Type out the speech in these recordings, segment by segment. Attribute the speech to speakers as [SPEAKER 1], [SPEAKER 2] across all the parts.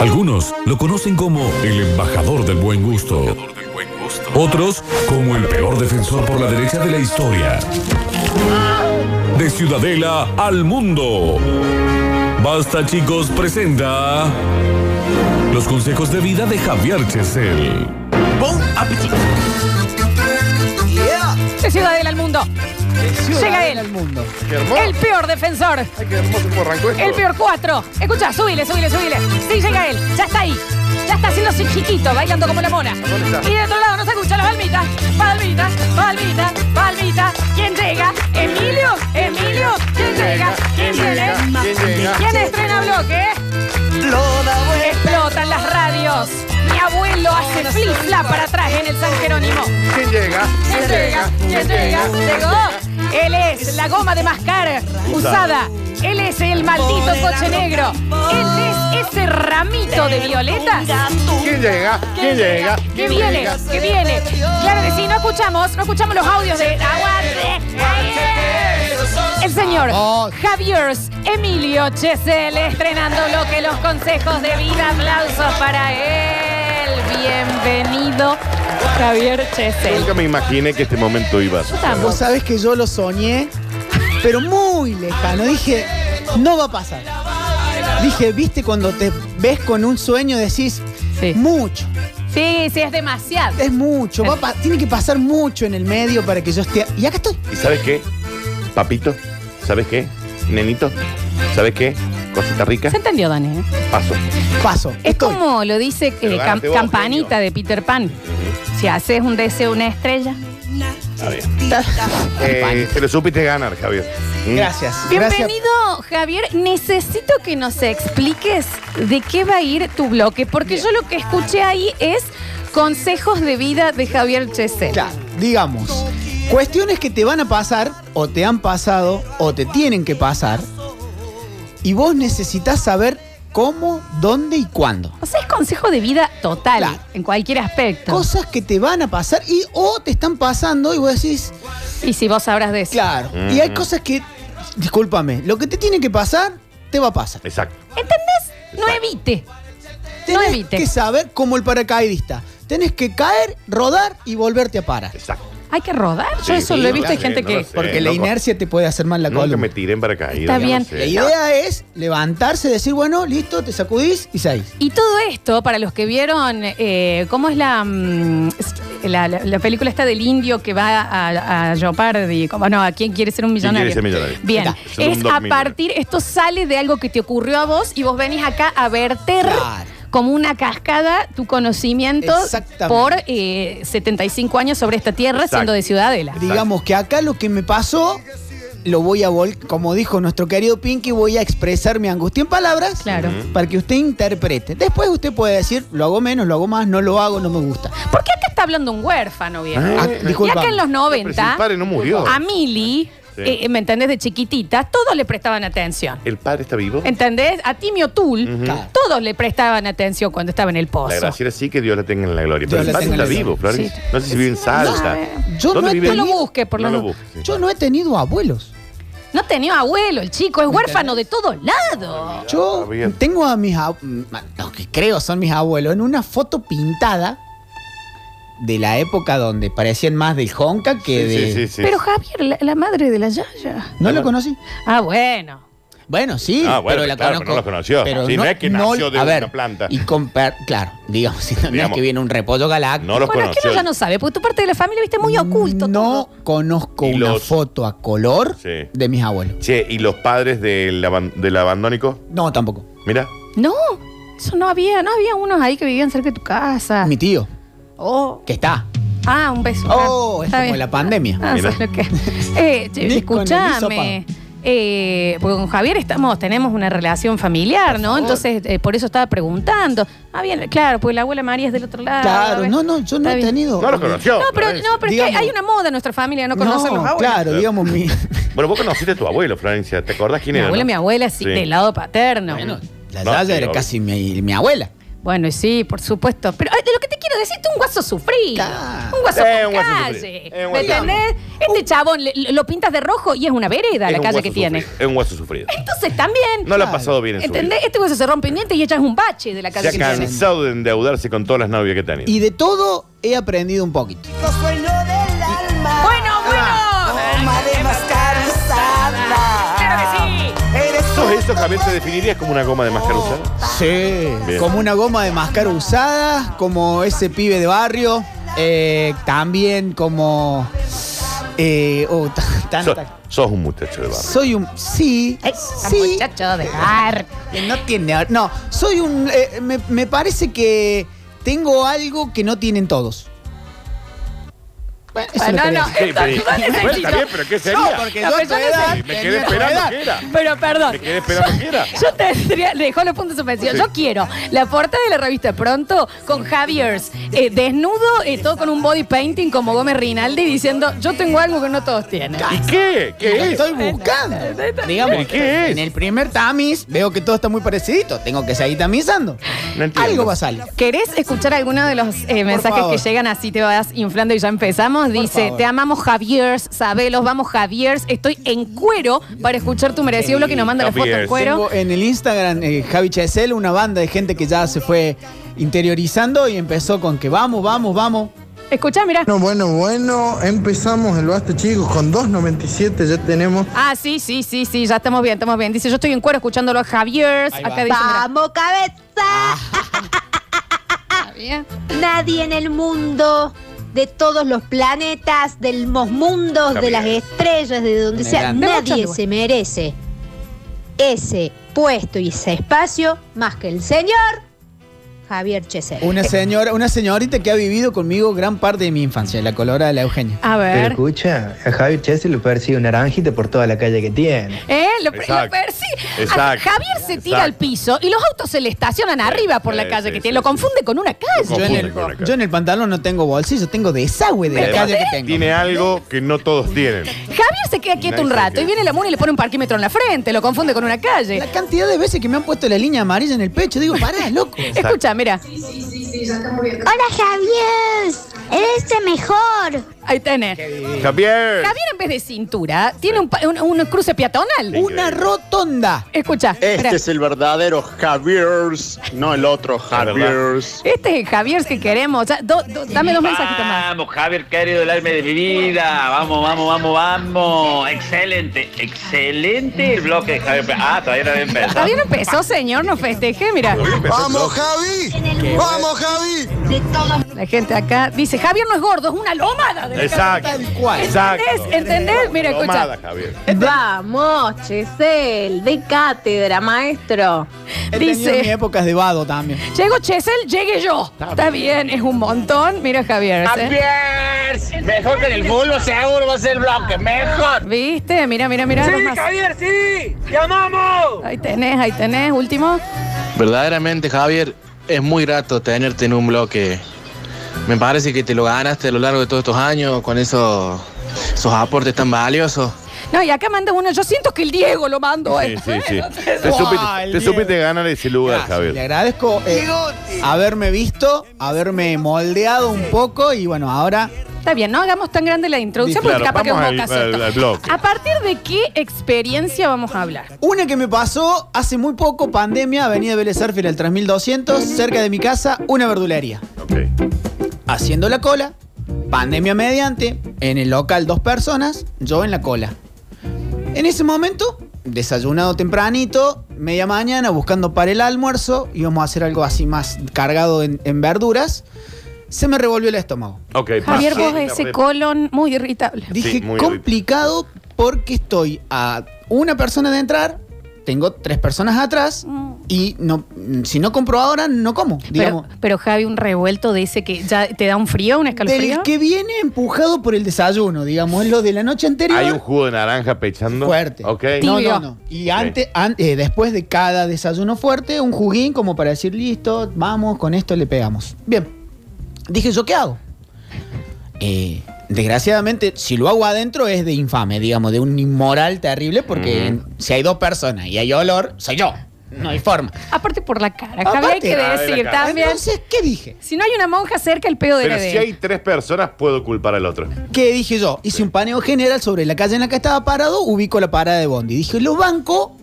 [SPEAKER 1] Algunos lo conocen como el embajador del buen gusto. Otros como el peor defensor por la derecha de la historia. De Ciudadela al mundo. Basta chicos presenta los consejos de vida de Javier Chesel.
[SPEAKER 2] Bon appetit.
[SPEAKER 3] De Ciudadela al mundo. Llega él.
[SPEAKER 4] al mundo.
[SPEAKER 2] Qué hermoso.
[SPEAKER 3] El peor defensor.
[SPEAKER 2] Ay, qué hermoso cómo arrancó esto.
[SPEAKER 3] El peor cuatro. Escucha, súbile, súbile, súbile. Sí, llega él. Ya está ahí. Ya está haciéndose chiquito, bailando como la mona.
[SPEAKER 2] ¿Dónde está?
[SPEAKER 3] Y de otro lado no se escucha los palmitas. Palmitas, palmitas, palmitas. ¿Quién llega? ¿Emilio? ¿Emilio? ¿Quién llega? ¿Quién viene?
[SPEAKER 2] ¿Quién llega?
[SPEAKER 3] ¿Quién estrena bloque? Explotan las radios. Mi abuelo hace flip flap para atrás en el San Jerónimo.
[SPEAKER 2] ¿Quién llega?
[SPEAKER 3] ¿Quién llega? ¿Quién llega? Llegó. Él es la goma de mascar usada. Él es el maldito coche negro. Él es ese ramito de violetas.
[SPEAKER 2] ¿Quién llega? ¿Quién llega?
[SPEAKER 3] Que viene, que viene. Claro que sí, no escuchamos, no escuchamos los audios de Aguante. El señor Javier Emilio Chesel estrenando lo que los consejos de vida. Aplausos para él. Bienvenido, Javier Chesel.
[SPEAKER 2] Nunca me imaginé que este momento iba a
[SPEAKER 3] Yo
[SPEAKER 2] suceder.
[SPEAKER 4] Vos
[SPEAKER 3] tampoco.
[SPEAKER 4] sabés que yo lo soñé, pero muy lejano. Dije, no va a pasar. Dije, viste, cuando te ves con un sueño decís,
[SPEAKER 3] Sí.
[SPEAKER 4] mucho,
[SPEAKER 3] Sí, sí, es demasiado.
[SPEAKER 4] es mucho, va a pa- tiene que pasar mucho en el medio para que yo esté. Y acá estoy.
[SPEAKER 2] ¿Y sabes qué? Papito, ¿sabes qué? Nenito, ¿sabes qué? Cosita rica,
[SPEAKER 3] ¿Se entendió, Dani? eh?
[SPEAKER 2] paso.
[SPEAKER 4] Paso.
[SPEAKER 3] Es
[SPEAKER 4] estoy.
[SPEAKER 3] como lo dice eh,
[SPEAKER 2] Pero
[SPEAKER 3] Cam-
[SPEAKER 2] ganaste vos,
[SPEAKER 3] Campanita
[SPEAKER 2] genio.
[SPEAKER 3] de Peter Pan. Si haces un deseo, una estrella.
[SPEAKER 2] Está bien. Eh, te lo supiste ganar, Javier. Mm.
[SPEAKER 4] Gracias. Gracias.
[SPEAKER 3] Bienvenido, Javier. Necesito que nos expliques de qué va a ir tu bloque, porque yo lo que escuché ahí es consejos de vida de Javier Chesel.
[SPEAKER 4] Claro, digamos, cuestiones que te van a pasar, o te han pasado, o te tienen que pasar, y vos necesitas saber cómo, dónde y cuándo.
[SPEAKER 3] O sea, es consejo de vida total,
[SPEAKER 4] Claro.
[SPEAKER 3] en cualquier aspecto.
[SPEAKER 4] Cosas que te van a pasar y o te están pasando y vos decís,
[SPEAKER 3] y si vos sabrás de eso.
[SPEAKER 4] claro. Y hay cosas que, discúlpame, lo que te tiene que pasar, te va a pasar.
[SPEAKER 2] Exacto.
[SPEAKER 3] ¿Entendés? No evite. No
[SPEAKER 4] Tenés
[SPEAKER 3] evite.
[SPEAKER 4] que saber como el paracaidista. Tenés que caer, rodar y volverte a parar.
[SPEAKER 2] Exacto.
[SPEAKER 3] Hay que rodar. Yo
[SPEAKER 2] Sí,
[SPEAKER 3] eso
[SPEAKER 2] sí,
[SPEAKER 3] lo he
[SPEAKER 2] no
[SPEAKER 3] visto.
[SPEAKER 2] lo
[SPEAKER 3] Hay
[SPEAKER 2] sé,
[SPEAKER 3] gente
[SPEAKER 2] no
[SPEAKER 3] que.
[SPEAKER 2] lo sé.
[SPEAKER 4] Porque la
[SPEAKER 2] loco.
[SPEAKER 4] inercia te puede hacer mal la
[SPEAKER 2] No que
[SPEAKER 4] columna.
[SPEAKER 2] me tiren para caídas.
[SPEAKER 3] Está bien.
[SPEAKER 4] La idea es levantarse, decir, bueno, listo, te sacudís y salís.
[SPEAKER 3] Y todo esto, para los que vieron, eh, ¿cómo es la, mm, es- la, la- la película esta del indio que va a, a Jeopardy? Como, no, ¿a quién quiere ser un
[SPEAKER 2] ¿Quién
[SPEAKER 3] millonario?
[SPEAKER 2] quiere ser millonario?
[SPEAKER 3] Bien,
[SPEAKER 4] Está.
[SPEAKER 2] Es un
[SPEAKER 3] es a
[SPEAKER 2] doc millonario.
[SPEAKER 3] partir, esto sale de algo que te ocurrió a vos y vos venís acá a verter
[SPEAKER 4] Claro.
[SPEAKER 3] como una cascada tu conocimiento
[SPEAKER 4] Exactamente.
[SPEAKER 3] por eh, 75 años sobre esta tierra,
[SPEAKER 2] Exacto.
[SPEAKER 3] siendo de Ciudadela.
[SPEAKER 4] Digamos que acá lo que me pasó, lo voy a vol como dijo nuestro querido Pinky, voy a expresar mi angustia en palabras
[SPEAKER 3] Claro.
[SPEAKER 4] para que usted interprete. Después usted puede decir, lo hago menos, lo hago más, no lo hago, no me gusta.
[SPEAKER 3] ¿Por qué acá está hablando un huérfano, viejo?
[SPEAKER 2] Ah,
[SPEAKER 4] Ah,
[SPEAKER 3] Y acá
[SPEAKER 4] disculpa.
[SPEAKER 3] en los 90,
[SPEAKER 2] el padre no murió.
[SPEAKER 3] a Mili,
[SPEAKER 2] Sí.
[SPEAKER 3] eh, ¿me entendés? De chiquitita, todos le prestaban atención.
[SPEAKER 2] ¿El padre está vivo?
[SPEAKER 3] ¿Entendés? A Timmy O'Toole,
[SPEAKER 4] Claro.
[SPEAKER 3] todos le prestaban atención cuando estaba en el
[SPEAKER 2] La
[SPEAKER 3] pozo.
[SPEAKER 2] gracia sí que Dios la tenga en la gloria. Pero el
[SPEAKER 4] Dios la
[SPEAKER 2] padre
[SPEAKER 4] tenga
[SPEAKER 2] está
[SPEAKER 4] en la
[SPEAKER 2] vivo,
[SPEAKER 3] gloria.
[SPEAKER 2] Florencia. No sé si vive en Salta.
[SPEAKER 4] Yo
[SPEAKER 2] ¿Dónde
[SPEAKER 4] no he
[SPEAKER 2] vive?
[SPEAKER 4] tenido-
[SPEAKER 3] No lo busque, por
[SPEAKER 2] No
[SPEAKER 3] lo
[SPEAKER 2] lo
[SPEAKER 3] menos.
[SPEAKER 2] busque.
[SPEAKER 4] Yo no he tenido abuelos.
[SPEAKER 3] No tenía abuelo, el chico, es huérfano de todos lados.
[SPEAKER 4] Yo
[SPEAKER 2] Está bien.
[SPEAKER 4] tengo a mis abuelos, los que creo son mis abuelos, en una foto pintada de la época donde parecían más del Honka que de...
[SPEAKER 2] Sí, sí, sí.
[SPEAKER 3] Pero Javier, la, la madre de la Yaya.
[SPEAKER 4] No lo conocí.
[SPEAKER 3] Ah, bueno.
[SPEAKER 4] Bueno, sí,
[SPEAKER 2] Ah, bueno,
[SPEAKER 4] pero la
[SPEAKER 2] claro,
[SPEAKER 4] conozco.
[SPEAKER 2] pero no la conoció. Sí, no es que nació de
[SPEAKER 4] a
[SPEAKER 2] una
[SPEAKER 4] ver,
[SPEAKER 2] planta.
[SPEAKER 4] Y compar, claro, digamos, si no, no
[SPEAKER 2] Digamos.
[SPEAKER 4] es que viene un repollo galáctico.
[SPEAKER 2] No lo
[SPEAKER 3] bueno, es que
[SPEAKER 2] conoció.
[SPEAKER 3] uno ya no sabe, porque tu parte de la familia, viste, muy oculto
[SPEAKER 4] No
[SPEAKER 3] todo.
[SPEAKER 4] conozco
[SPEAKER 2] Y
[SPEAKER 4] una
[SPEAKER 2] los-
[SPEAKER 4] foto a color
[SPEAKER 2] Sí.
[SPEAKER 4] de mis abuelos.
[SPEAKER 2] Che, ¿y los padres del, aban- del abandónico?
[SPEAKER 4] No, tampoco.
[SPEAKER 2] Mira.
[SPEAKER 3] No, eso no había, no había unos ahí que vivían cerca de tu casa.
[SPEAKER 4] Mi tío,
[SPEAKER 3] Oh.
[SPEAKER 4] que está.
[SPEAKER 3] Ah, un beso.
[SPEAKER 4] Oh,
[SPEAKER 3] Ah,
[SPEAKER 4] es
[SPEAKER 3] está
[SPEAKER 4] como
[SPEAKER 3] bien.
[SPEAKER 4] la pandemia.
[SPEAKER 3] Ah,
[SPEAKER 2] Mira.
[SPEAKER 3] ¿sabes lo que? Eh, che,
[SPEAKER 4] Ni con el
[SPEAKER 3] escuchame.
[SPEAKER 4] hisopado.
[SPEAKER 3] eh, porque con Javier estamos, tenemos una relación familiar, ¿no? Entonces, eh, por eso estaba preguntando. Ah, bien, claro, porque la abuela María es del otro lado.
[SPEAKER 4] Claro, no, no, yo no
[SPEAKER 3] Está
[SPEAKER 4] he
[SPEAKER 3] bien.
[SPEAKER 4] tenido.
[SPEAKER 2] No lo conoció.
[SPEAKER 3] No, pero,
[SPEAKER 2] Florencia.
[SPEAKER 3] no, pero es que hay-
[SPEAKER 4] Digamos.
[SPEAKER 3] hay una moda en nuestra familia, no
[SPEAKER 4] No,
[SPEAKER 3] conocerlos. los abuelos.
[SPEAKER 4] claro, digamos, mi.
[SPEAKER 2] Bueno, vos conociste a tu abuelo, Florencia. ¿Te acordás quién
[SPEAKER 3] Mi
[SPEAKER 2] era?
[SPEAKER 3] abuela,
[SPEAKER 2] no?
[SPEAKER 3] mi abuela, sí,
[SPEAKER 2] Sí.
[SPEAKER 3] del lado paterno.
[SPEAKER 4] Bueno, la
[SPEAKER 2] No,
[SPEAKER 4] Yaya
[SPEAKER 2] sí,
[SPEAKER 4] era
[SPEAKER 2] obvio.
[SPEAKER 4] casi mi, mi abuela.
[SPEAKER 3] Bueno, y sí, por supuesto. Pero ay, de lo que te quiero decirte un guaso sufrido.
[SPEAKER 4] Claro.
[SPEAKER 3] Un guaso
[SPEAKER 2] Es
[SPEAKER 3] con
[SPEAKER 2] un guaso
[SPEAKER 3] calle.
[SPEAKER 2] sufrido. Es un
[SPEAKER 3] ¿Me
[SPEAKER 2] guaso
[SPEAKER 3] entendés? Este chabón le- lo pintas de rojo y es una vereda
[SPEAKER 2] Es
[SPEAKER 3] la
[SPEAKER 2] un
[SPEAKER 3] calle
[SPEAKER 2] guaso
[SPEAKER 3] que tiene.
[SPEAKER 2] sufrido, Es un guaso sufrido.
[SPEAKER 3] Entonces también.
[SPEAKER 2] No la ha pasado bien en su vida.
[SPEAKER 3] ¿Entendés? Este hueso se rompe un diente y echas un bache de la
[SPEAKER 2] Se
[SPEAKER 3] calle
[SPEAKER 2] ha
[SPEAKER 3] que tiene.
[SPEAKER 2] cansado de endeudarse con todas las novias que ha tenido.
[SPEAKER 4] Y de todo he aprendido un poquito.
[SPEAKER 5] Los sueños del alma.
[SPEAKER 3] Bueno, bueno.
[SPEAKER 2] Ah.
[SPEAKER 5] Toma de mascarizada.
[SPEAKER 3] Claro que sí.
[SPEAKER 5] Eres
[SPEAKER 2] ¿Todo
[SPEAKER 5] un
[SPEAKER 2] eso, Javier, te definirías como una goma de mascar usada?
[SPEAKER 4] Sí.
[SPEAKER 2] Bien.
[SPEAKER 4] Como una goma de mascar usada, como ese pibe de barrio, eh, también como... eh, oh, ta-
[SPEAKER 2] So-
[SPEAKER 4] tanta-
[SPEAKER 2] sos un muchacho de barrio.
[SPEAKER 4] soy un... Sí,
[SPEAKER 3] Ey,
[SPEAKER 4] sí.
[SPEAKER 3] Muchacho de bar.
[SPEAKER 4] que No tiene... No, soy un... eh, me, me parece que tengo algo que no tienen todos. Bueno, eso es lo
[SPEAKER 3] Bueno,
[SPEAKER 4] que
[SPEAKER 3] no,
[SPEAKER 4] veo.
[SPEAKER 2] Sí, pero- Bueno,
[SPEAKER 3] esto- ¿dónde se hizo?
[SPEAKER 2] está bien, pero ¿qué sería?
[SPEAKER 4] No, porque
[SPEAKER 3] No,
[SPEAKER 4] yo a
[SPEAKER 3] pero
[SPEAKER 4] tu
[SPEAKER 3] yo no
[SPEAKER 4] edad...
[SPEAKER 3] sé.
[SPEAKER 2] Me quedé
[SPEAKER 4] tenía tu
[SPEAKER 2] esperando
[SPEAKER 4] edad.
[SPEAKER 2] que era.
[SPEAKER 3] Pero perdón.
[SPEAKER 2] Me quedé esperando que era.
[SPEAKER 3] Yo tendría, le dejó los puntos suspensivos.
[SPEAKER 2] Sí.
[SPEAKER 3] Yo quiero la portada de la revista Pronto con Javiers eh, desnudo, eh, todo con un body painting como Gómez Rinaldi diciendo, yo tengo algo que no todos tienen.
[SPEAKER 2] ¿Y qué?
[SPEAKER 4] Lo
[SPEAKER 2] ¿Qué es?
[SPEAKER 4] estoy buscando. Digamos,
[SPEAKER 2] ¿Y qué es?
[SPEAKER 4] en el primer tamiz veo que todo está muy parecidito. Tengo que seguir tamizando.
[SPEAKER 2] No entiendo.
[SPEAKER 4] Algo va a salir.
[SPEAKER 3] ¿Querés escuchar alguno de los eh, mensajes
[SPEAKER 4] favor.
[SPEAKER 3] que llegan así te vas inflando y ya empezamos? Dice,
[SPEAKER 4] favor.
[SPEAKER 3] te amamos Javiers, sabelos, vamos Javiers, estoy en cuero para escuchar tu merecido bloque y nos manda la foto en
[SPEAKER 2] Javiers.
[SPEAKER 3] cuero.
[SPEAKER 4] Tengo en el Instagram eh, Javi Chesel una banda de gente que ya se fue interiorizando y empezó con que vamos, vamos, vamos.
[SPEAKER 3] Escuchá, mira.
[SPEAKER 6] Bueno, bueno, bueno, empezamos el basta chicos con 2.97 ya tenemos.
[SPEAKER 3] Ah, sí, sí, sí, sí, ya estamos bien, estamos bien. Dice, yo estoy en cuero escuchándolo a Javiers.
[SPEAKER 4] Ahí va.
[SPEAKER 3] Acá dice, mira.
[SPEAKER 7] Vamos, cabeza.
[SPEAKER 3] Está bien.
[SPEAKER 7] Nadie en el mundo, de todos los planetas, de los mundos,
[SPEAKER 2] Javier.
[SPEAKER 7] de las estrellas, de donde
[SPEAKER 4] Me
[SPEAKER 7] sea,
[SPEAKER 4] encanta.
[SPEAKER 3] De muchos
[SPEAKER 7] nadie
[SPEAKER 3] lugares.
[SPEAKER 7] se merece ese puesto y ese espacio más que el señor Javier Chesel.
[SPEAKER 4] Una señora, una señorita que ha vivido conmigo gran parte de mi infancia, la colora de la Eugenia.
[SPEAKER 8] Pero
[SPEAKER 3] A ver.
[SPEAKER 8] escucha, a Javier Chessi lo persigue un naranjita por toda la calle que tiene.
[SPEAKER 3] ¿Eh? Lo, lo
[SPEAKER 2] Exacto.
[SPEAKER 3] persigue.
[SPEAKER 2] Exacto.
[SPEAKER 3] Ah, Javier se tira
[SPEAKER 2] Exacto.
[SPEAKER 3] al piso y los autos se le estacionan arriba por la
[SPEAKER 2] sí,
[SPEAKER 3] calle
[SPEAKER 2] sí,
[SPEAKER 3] que
[SPEAKER 2] sí,
[SPEAKER 3] tiene. Lo
[SPEAKER 2] sí.
[SPEAKER 3] confunde con una calle.
[SPEAKER 4] Yo en,
[SPEAKER 2] Confunde
[SPEAKER 4] el,
[SPEAKER 2] con la calle.
[SPEAKER 4] yo en el pantalón no tengo bolsillo, tengo desagüe de la
[SPEAKER 2] Además,
[SPEAKER 4] calle que tengo.
[SPEAKER 2] Tiene algo que no todos tienen.
[SPEAKER 3] Javier se queda quieto un
[SPEAKER 2] Nadie se
[SPEAKER 3] rato y
[SPEAKER 2] queda.
[SPEAKER 3] viene la mona y le pone un parquímetro en la frente. Lo confunde con una calle.
[SPEAKER 4] La cantidad de veces que me han puesto la línea amarilla en el pecho, digo, pará, loco.
[SPEAKER 3] Escucha, mira.
[SPEAKER 9] Hola Javier, eres el mejor.
[SPEAKER 3] Ahí tenés.
[SPEAKER 2] Javier.
[SPEAKER 3] Javier en vez de cintura tiene un, pa- un- un cruce peatonal. Uh,
[SPEAKER 4] Una rotonda.
[SPEAKER 3] Escucha. mira.
[SPEAKER 10] Este es el verdadero Javiers, no el otro
[SPEAKER 2] verdad.
[SPEAKER 10] Javiers.
[SPEAKER 3] Este es el Javier que queremos. Ya, do- do- dame
[SPEAKER 11] Ah.
[SPEAKER 3] dos mensajitos más.
[SPEAKER 11] Javier, querido, el alma de mi vida. Vamos, vamos, vamos, vamos. Excelente, excelente el bloque de Javier. Ah, todavía no había empezado.
[SPEAKER 3] Javier empezó, señor, no festeje, mira.
[SPEAKER 6] ¡Vamos, Javi! ¡Vamos, Javi!
[SPEAKER 9] De todos.
[SPEAKER 3] La gente acá dice, Javier no es gordo, es una lomada. De la
[SPEAKER 2] Exacto.
[SPEAKER 4] Tal cual.
[SPEAKER 2] Exacto.
[SPEAKER 3] ¿Entendés? ¿Entendés? Mira,
[SPEAKER 2] Tomada,
[SPEAKER 3] escucha.
[SPEAKER 2] Javier.
[SPEAKER 7] Vamos, Chesel, de cátedra, maestro.
[SPEAKER 4] He tenido mis
[SPEAKER 3] Dice,
[SPEAKER 4] épocas de vado también.
[SPEAKER 3] llego Chesel, llegué yo. Está bien, es un montón. Mira, Javier. ¿eh?
[SPEAKER 11] Javier, mejor que en el fútbol seguro va a ser el bloque, mejor.
[SPEAKER 3] ¿Viste? Mira, mira, mira. dos más.
[SPEAKER 11] Javier, sí, llamamos.
[SPEAKER 3] Ahí tenés, ahí tenés. Último.
[SPEAKER 12] Verdaderamente, Javier, es muy grato tenerte en un bloque. Me parece que te lo ganaste a lo largo de todos estos años con esos, esos aportes tan valiosos.
[SPEAKER 3] No, y acá manda uno. Yo siento que el Diego lo mando.
[SPEAKER 2] Sí,
[SPEAKER 3] ¿eh?
[SPEAKER 2] sí, sí. Te
[SPEAKER 4] Wow,
[SPEAKER 2] supiste,
[SPEAKER 4] el
[SPEAKER 2] te
[SPEAKER 4] Diego.
[SPEAKER 2] supiste ganar ese lugar,
[SPEAKER 4] Gracias, Le
[SPEAKER 2] Javier.
[SPEAKER 4] agradezco eh, haberme visto, haberme moldeado un poco y bueno, ahora
[SPEAKER 3] Está bien, no hagamos tan grande la introducción
[SPEAKER 2] Sí,
[SPEAKER 3] porque
[SPEAKER 2] claro,
[SPEAKER 3] capaz que es un
[SPEAKER 2] vamos al-
[SPEAKER 3] bocazoto.
[SPEAKER 2] al- al bloque.
[SPEAKER 3] ¿A partir de qué experiencia vamos a hablar?
[SPEAKER 4] una que me pasó hace muy poco, pandemia, Avenida Vélez Sarfield al 3200, cerca de mi casa, una verdulería.
[SPEAKER 2] Ok.
[SPEAKER 4] Haciendo la cola, pandemia mediante, en el local dos personas, yo en la cola. En ese momento, desayunado tempranito, media mañana, buscando para el almuerzo, íbamos a hacer algo así más cargado en- en verduras, se me revolvió el estómago.
[SPEAKER 2] Ok,
[SPEAKER 3] Javier,
[SPEAKER 2] pasa.
[SPEAKER 3] vos ese colon muy irritable.
[SPEAKER 4] Dije
[SPEAKER 2] muy
[SPEAKER 4] complicado porque estoy a una persona de entrar, tengo tres personas atrás y no, si no compro ahora, no como.
[SPEAKER 3] Mm. Pero,
[SPEAKER 4] Digamos,
[SPEAKER 3] pero Javi, un revuelto de ese que ya te da un frío, un escalofrío.
[SPEAKER 4] del que viene empujado por el desayuno, digamos, es lo de la noche anterior.
[SPEAKER 2] Hay un jugo de naranja pechando.
[SPEAKER 4] Fuerte.
[SPEAKER 2] Ok.
[SPEAKER 3] No.
[SPEAKER 4] No,
[SPEAKER 3] Tibio.
[SPEAKER 4] no, no. Y antes, an- eh, después de cada desayuno fuerte, un juguín como para decir, listo, vamos, con esto le pegamos. Bien. Dije, ¿yo qué hago? Eh, desgraciadamente, si lo hago adentro es de infame, digamos, de un inmoral terrible, porque si hay dos personas y hay olor, soy yo. No hay forma.
[SPEAKER 3] Aparte por la cara, Javier, hay que
[SPEAKER 2] Aparte- Ah, de
[SPEAKER 3] decir
[SPEAKER 2] la cara.
[SPEAKER 3] también.
[SPEAKER 4] Entonces, ¿qué dije?
[SPEAKER 3] Si no hay una monja cerca, el pedo
[SPEAKER 2] Pero
[SPEAKER 3] era de
[SPEAKER 2] si hay tres personas, puedo culpar al otro.
[SPEAKER 4] ¿Qué dije yo? Hice un paneo general sobre la calle en la que estaba parado, ubico la parada de Bondi. Dije, lo banco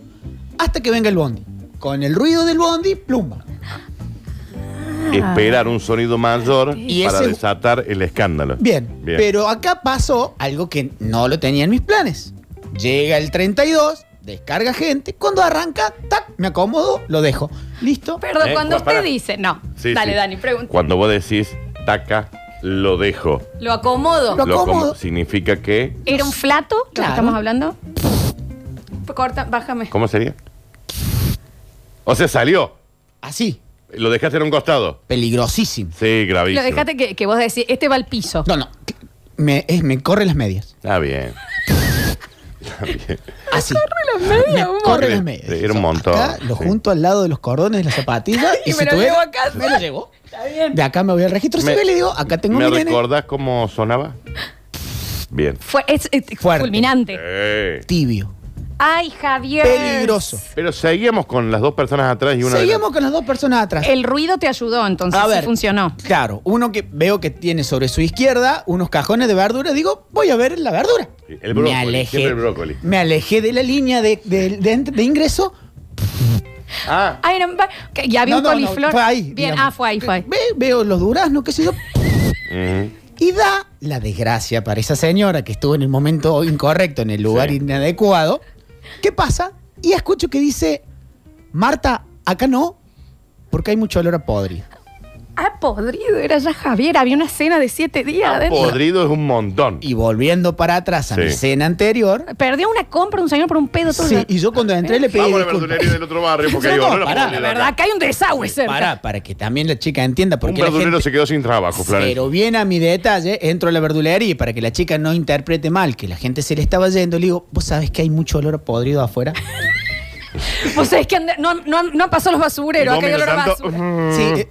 [SPEAKER 4] hasta que venga el Bondi. Con el ruido del Bondi, plumba.
[SPEAKER 2] Esperar un sonido mayor
[SPEAKER 4] Y
[SPEAKER 2] para
[SPEAKER 4] ese-
[SPEAKER 2] desatar el escándalo.
[SPEAKER 4] Bien,
[SPEAKER 2] Bien.
[SPEAKER 4] pero acá pasó algo que no lo tenía en mis planes. Llega el 32, descarga gente, cuando arranca, tac, me acomodo, lo dejo. ¿Listo?
[SPEAKER 3] Perdón,
[SPEAKER 2] Eh,
[SPEAKER 3] cuando
[SPEAKER 2] cu-
[SPEAKER 3] usted
[SPEAKER 2] para.
[SPEAKER 3] dice. No.
[SPEAKER 2] Sí,
[SPEAKER 3] Dale,
[SPEAKER 2] sí.
[SPEAKER 3] Dani, pregunta.
[SPEAKER 2] Cuando vos decís, taca, lo dejo.
[SPEAKER 3] Lo acomodo.
[SPEAKER 2] acomo- Significa que.
[SPEAKER 3] ¿Era un flato lo que
[SPEAKER 4] Claro.
[SPEAKER 3] estamos hablando? Corta, bájame.
[SPEAKER 2] ¿Cómo sería? O sea, salió.
[SPEAKER 4] Así.
[SPEAKER 2] Lo dejaste en un costado.
[SPEAKER 4] Peligrosísimo.
[SPEAKER 2] Sí, gravísimo.
[SPEAKER 3] Lo dejaste que, que vos decís, este va al piso.
[SPEAKER 4] No, no, me, es- me corre las medias.
[SPEAKER 2] Está bien. Está bien.
[SPEAKER 4] Así.
[SPEAKER 3] Las medias,
[SPEAKER 4] Me
[SPEAKER 3] vos.
[SPEAKER 4] corre las medias.
[SPEAKER 2] Era un montón.
[SPEAKER 4] Acá lo
[SPEAKER 2] sí.
[SPEAKER 4] junto al lado de los cordones de la zapatilla y,
[SPEAKER 3] Y
[SPEAKER 4] si
[SPEAKER 3] me lo
[SPEAKER 4] tuviera-
[SPEAKER 3] llevo a casa.
[SPEAKER 4] me lo llevo.
[SPEAKER 3] Está bien.
[SPEAKER 4] De acá me voy al registro
[SPEAKER 2] Me-
[SPEAKER 4] civil y digo, acá tengo
[SPEAKER 2] ¿Me
[SPEAKER 4] mi nene.
[SPEAKER 2] recordás cómo sonaba? Bien.
[SPEAKER 3] Fue es, es-
[SPEAKER 4] Fuerte.
[SPEAKER 3] fulminante.
[SPEAKER 2] Eh.
[SPEAKER 4] Tibio.
[SPEAKER 3] Ay, Javier.
[SPEAKER 4] Peligroso.
[SPEAKER 2] Pero seguíamos con las dos personas atrás y una
[SPEAKER 4] Seguimos con las dos personas atrás.
[SPEAKER 3] El ruido te ayudó, entonces
[SPEAKER 4] A
[SPEAKER 3] sí
[SPEAKER 4] ver.
[SPEAKER 3] funcionó.
[SPEAKER 4] Claro, uno que veo que tiene sobre su izquierda unos cajones de verdura, digo, voy a ver la verdura.
[SPEAKER 2] de El brócoli.
[SPEAKER 4] me alejé.
[SPEAKER 2] Siempre el brócoli.
[SPEAKER 4] Me alejé de la línea de, de- de ent- de ingreso.
[SPEAKER 2] Ah,
[SPEAKER 3] Ay, no, va- que- y había
[SPEAKER 4] No,
[SPEAKER 3] un
[SPEAKER 4] no, no,
[SPEAKER 3] coliflor.
[SPEAKER 4] fue ahí,
[SPEAKER 3] Bien,
[SPEAKER 4] digamos.
[SPEAKER 3] ah, fue ahí, fue ahí.
[SPEAKER 4] Ve- veo los duraznos, qué sé yo.
[SPEAKER 2] ujú.
[SPEAKER 4] Y da la desgracia para esa señora que estuvo en el momento incorrecto, en el lugar
[SPEAKER 2] Sí.
[SPEAKER 4] inadecuado. ¿Qué pasa? Y escucho que dice, Marta, acá no, porque hay mucho olor a podrido.
[SPEAKER 3] Ah, podrido, era ya Javier. Había una cena de siete días
[SPEAKER 2] Ah,
[SPEAKER 3] adentro.
[SPEAKER 2] podrido es un montón.
[SPEAKER 4] Y volviendo para atrás a mi
[SPEAKER 2] Sí.
[SPEAKER 4] cena anterior,
[SPEAKER 3] Perdió una compra un señor por un pedo todo.
[SPEAKER 4] sí, y yo cuando entré le pedí
[SPEAKER 2] Vamos a la
[SPEAKER 4] disculpas.
[SPEAKER 2] verdulería del otro barrio porque
[SPEAKER 4] No,
[SPEAKER 2] hay
[SPEAKER 4] no,
[SPEAKER 2] olor a
[SPEAKER 4] pará,
[SPEAKER 2] podrido
[SPEAKER 3] La
[SPEAKER 2] acá.
[SPEAKER 3] verdad, que hay un desagüe cerca.
[SPEAKER 4] Pues Para, para que también la chica entienda por
[SPEAKER 2] Un
[SPEAKER 4] qué la
[SPEAKER 2] verdulero
[SPEAKER 4] gente...
[SPEAKER 2] se quedó sin trabajo, Florencia.
[SPEAKER 4] Pero bien a mi detalle, entro a la verdulería y para que la chica no interprete mal que la gente se le estaba yendo, le digo, ¿vos sabés que hay mucho olor a podrido afuera?
[SPEAKER 3] Vos sabés que anda- no, han- no, han- no han pasado los basureros.
[SPEAKER 2] Y vos
[SPEAKER 3] Acá hay olor a
[SPEAKER 2] mientras tanto,
[SPEAKER 3] basura.
[SPEAKER 4] Sí, eh,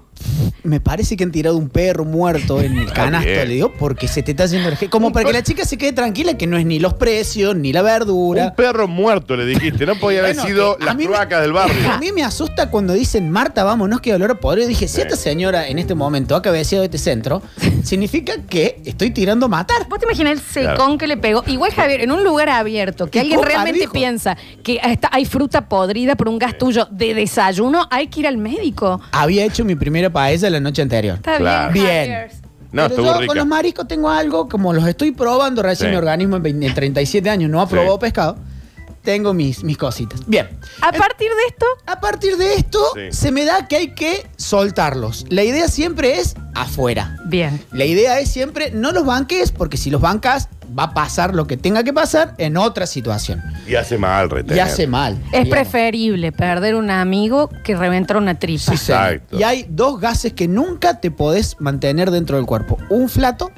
[SPEAKER 4] me parece que han tirado un perro muerto en el canasto,
[SPEAKER 2] bien.
[SPEAKER 4] le digo, porque se te está yendo la gente. Como para que la chica se quede tranquila, que no es ni los precios, ni la
[SPEAKER 2] Un
[SPEAKER 4] verdura.
[SPEAKER 2] perro muerto le dijiste, no podía haber
[SPEAKER 4] Bueno,
[SPEAKER 2] sido
[SPEAKER 4] eh, a
[SPEAKER 2] las
[SPEAKER 4] mí me-
[SPEAKER 2] cloacas del barrio.
[SPEAKER 4] A mí me asusta cuando dicen, Marta, vámonos, que olor a podrido. Dije, si esta señora en este momento ha cabeceado este centro, significa que estoy tirando a matar.
[SPEAKER 3] Vos te imaginas el secón que le pegó. Igual, Javier, en un lugar abierto, que
[SPEAKER 4] ¿Y
[SPEAKER 3] alguien
[SPEAKER 4] cómo
[SPEAKER 3] realmente
[SPEAKER 4] dijo?
[SPEAKER 3] piensa que está- hay fruta podrida por un gas tuyo de desayuno, hay que ir al médico.
[SPEAKER 4] Había hecho mi primera paella la noche anterior.
[SPEAKER 3] Está
[SPEAKER 2] Claro.
[SPEAKER 3] bien,
[SPEAKER 4] Bien.
[SPEAKER 3] Javier.
[SPEAKER 2] No,
[SPEAKER 4] Pero
[SPEAKER 2] estuvo
[SPEAKER 4] yo
[SPEAKER 2] rica.
[SPEAKER 4] con los mariscos tengo algo, como los estoy probando recién,
[SPEAKER 2] Sí.
[SPEAKER 4] mi organismo en, 20 en 37 años no ha probado
[SPEAKER 2] Sí.
[SPEAKER 4] pescado, tengo mis, mis cositas. Bien.
[SPEAKER 3] A partir de esto,
[SPEAKER 4] A partir de esto,
[SPEAKER 2] Sí.
[SPEAKER 4] se me da que hay que soltarlos. La idea siempre es afuera.
[SPEAKER 3] bien.
[SPEAKER 4] La idea es siempre no los banques, porque si los bancas, va a pasar lo que tenga que pasar en otra situación.
[SPEAKER 2] Y hace mal retener.
[SPEAKER 4] Y hace mal.
[SPEAKER 3] Es
[SPEAKER 4] digamos.
[SPEAKER 3] preferible perder un amigo que reventar una tripa.
[SPEAKER 4] Sí, señor.
[SPEAKER 2] Exacto.
[SPEAKER 4] Y hay dos gases que nunca te podés mantener dentro del cuerpo: un flato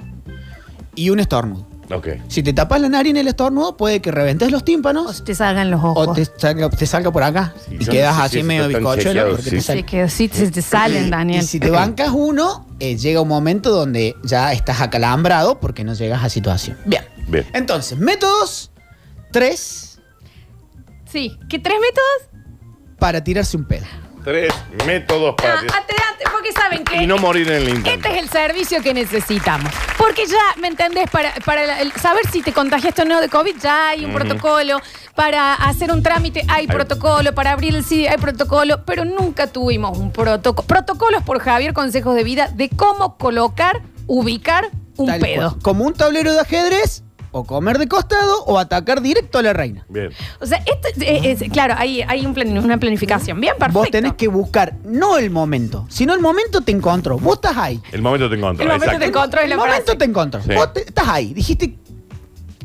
[SPEAKER 4] y un estornudo.
[SPEAKER 2] Ok.
[SPEAKER 4] Si te tapas la nariz en el estornudo, puede que reventes los
[SPEAKER 3] O
[SPEAKER 4] tímpanos
[SPEAKER 3] si te salgan los
[SPEAKER 4] o
[SPEAKER 3] ojos.
[SPEAKER 4] te salga, te salga por acá
[SPEAKER 2] Sí,
[SPEAKER 4] y
[SPEAKER 2] yo
[SPEAKER 4] quedas
[SPEAKER 2] no sé
[SPEAKER 4] así
[SPEAKER 2] si eso
[SPEAKER 4] medio
[SPEAKER 2] está tan
[SPEAKER 4] bizcochuelo
[SPEAKER 2] chequeado,
[SPEAKER 4] porque
[SPEAKER 2] sí.
[SPEAKER 4] te
[SPEAKER 3] Sí,
[SPEAKER 4] sale.
[SPEAKER 3] que sí, se te salen, Daniel.
[SPEAKER 4] Y si te bancas uno, eh, llega un momento donde ya estás acalambrado porque no llegas a situación. Bien.
[SPEAKER 2] Bien.
[SPEAKER 4] Entonces, métodos: tres
[SPEAKER 3] Sí, que tres métodos.
[SPEAKER 4] para tirarse un pedo.
[SPEAKER 2] Tres métodos
[SPEAKER 3] Ah,
[SPEAKER 2] para
[SPEAKER 3] adelante, porque saben que.
[SPEAKER 2] y no morir en el intento.
[SPEAKER 3] Este es el servicio que necesitamos. Porque ya, ¿me entendés? Para, para la- el- saber si te contagiaste o no de COVID, ya hay un protocolo. Para hacer un trámite, hay protocolo. Para abrir el CID, hay protocolo. Pero nunca tuvimos un protocolo. Protocolos por Javier, consejos de vida de cómo colocar, ubicar un
[SPEAKER 4] Tal
[SPEAKER 3] pedo.
[SPEAKER 4] cual. Como un tablero de ajedrez, o comer de costado, o atacar directo a la reina.
[SPEAKER 2] Bien.
[SPEAKER 3] O sea, esto es, es- claro, hay, hay un plan- una planificación. Bien, perfecto.
[SPEAKER 4] Vos tenés que buscar, no el momento, sino el momento te encontró. Vos estás ahí.
[SPEAKER 2] El momento te encontró.
[SPEAKER 3] El momento
[SPEAKER 2] exacto.
[SPEAKER 3] te encontró es
[SPEAKER 4] el
[SPEAKER 3] la
[SPEAKER 4] momento
[SPEAKER 3] frase.
[SPEAKER 4] te encontró.
[SPEAKER 2] Sí.
[SPEAKER 4] Vos te- estás ahí. Dijiste,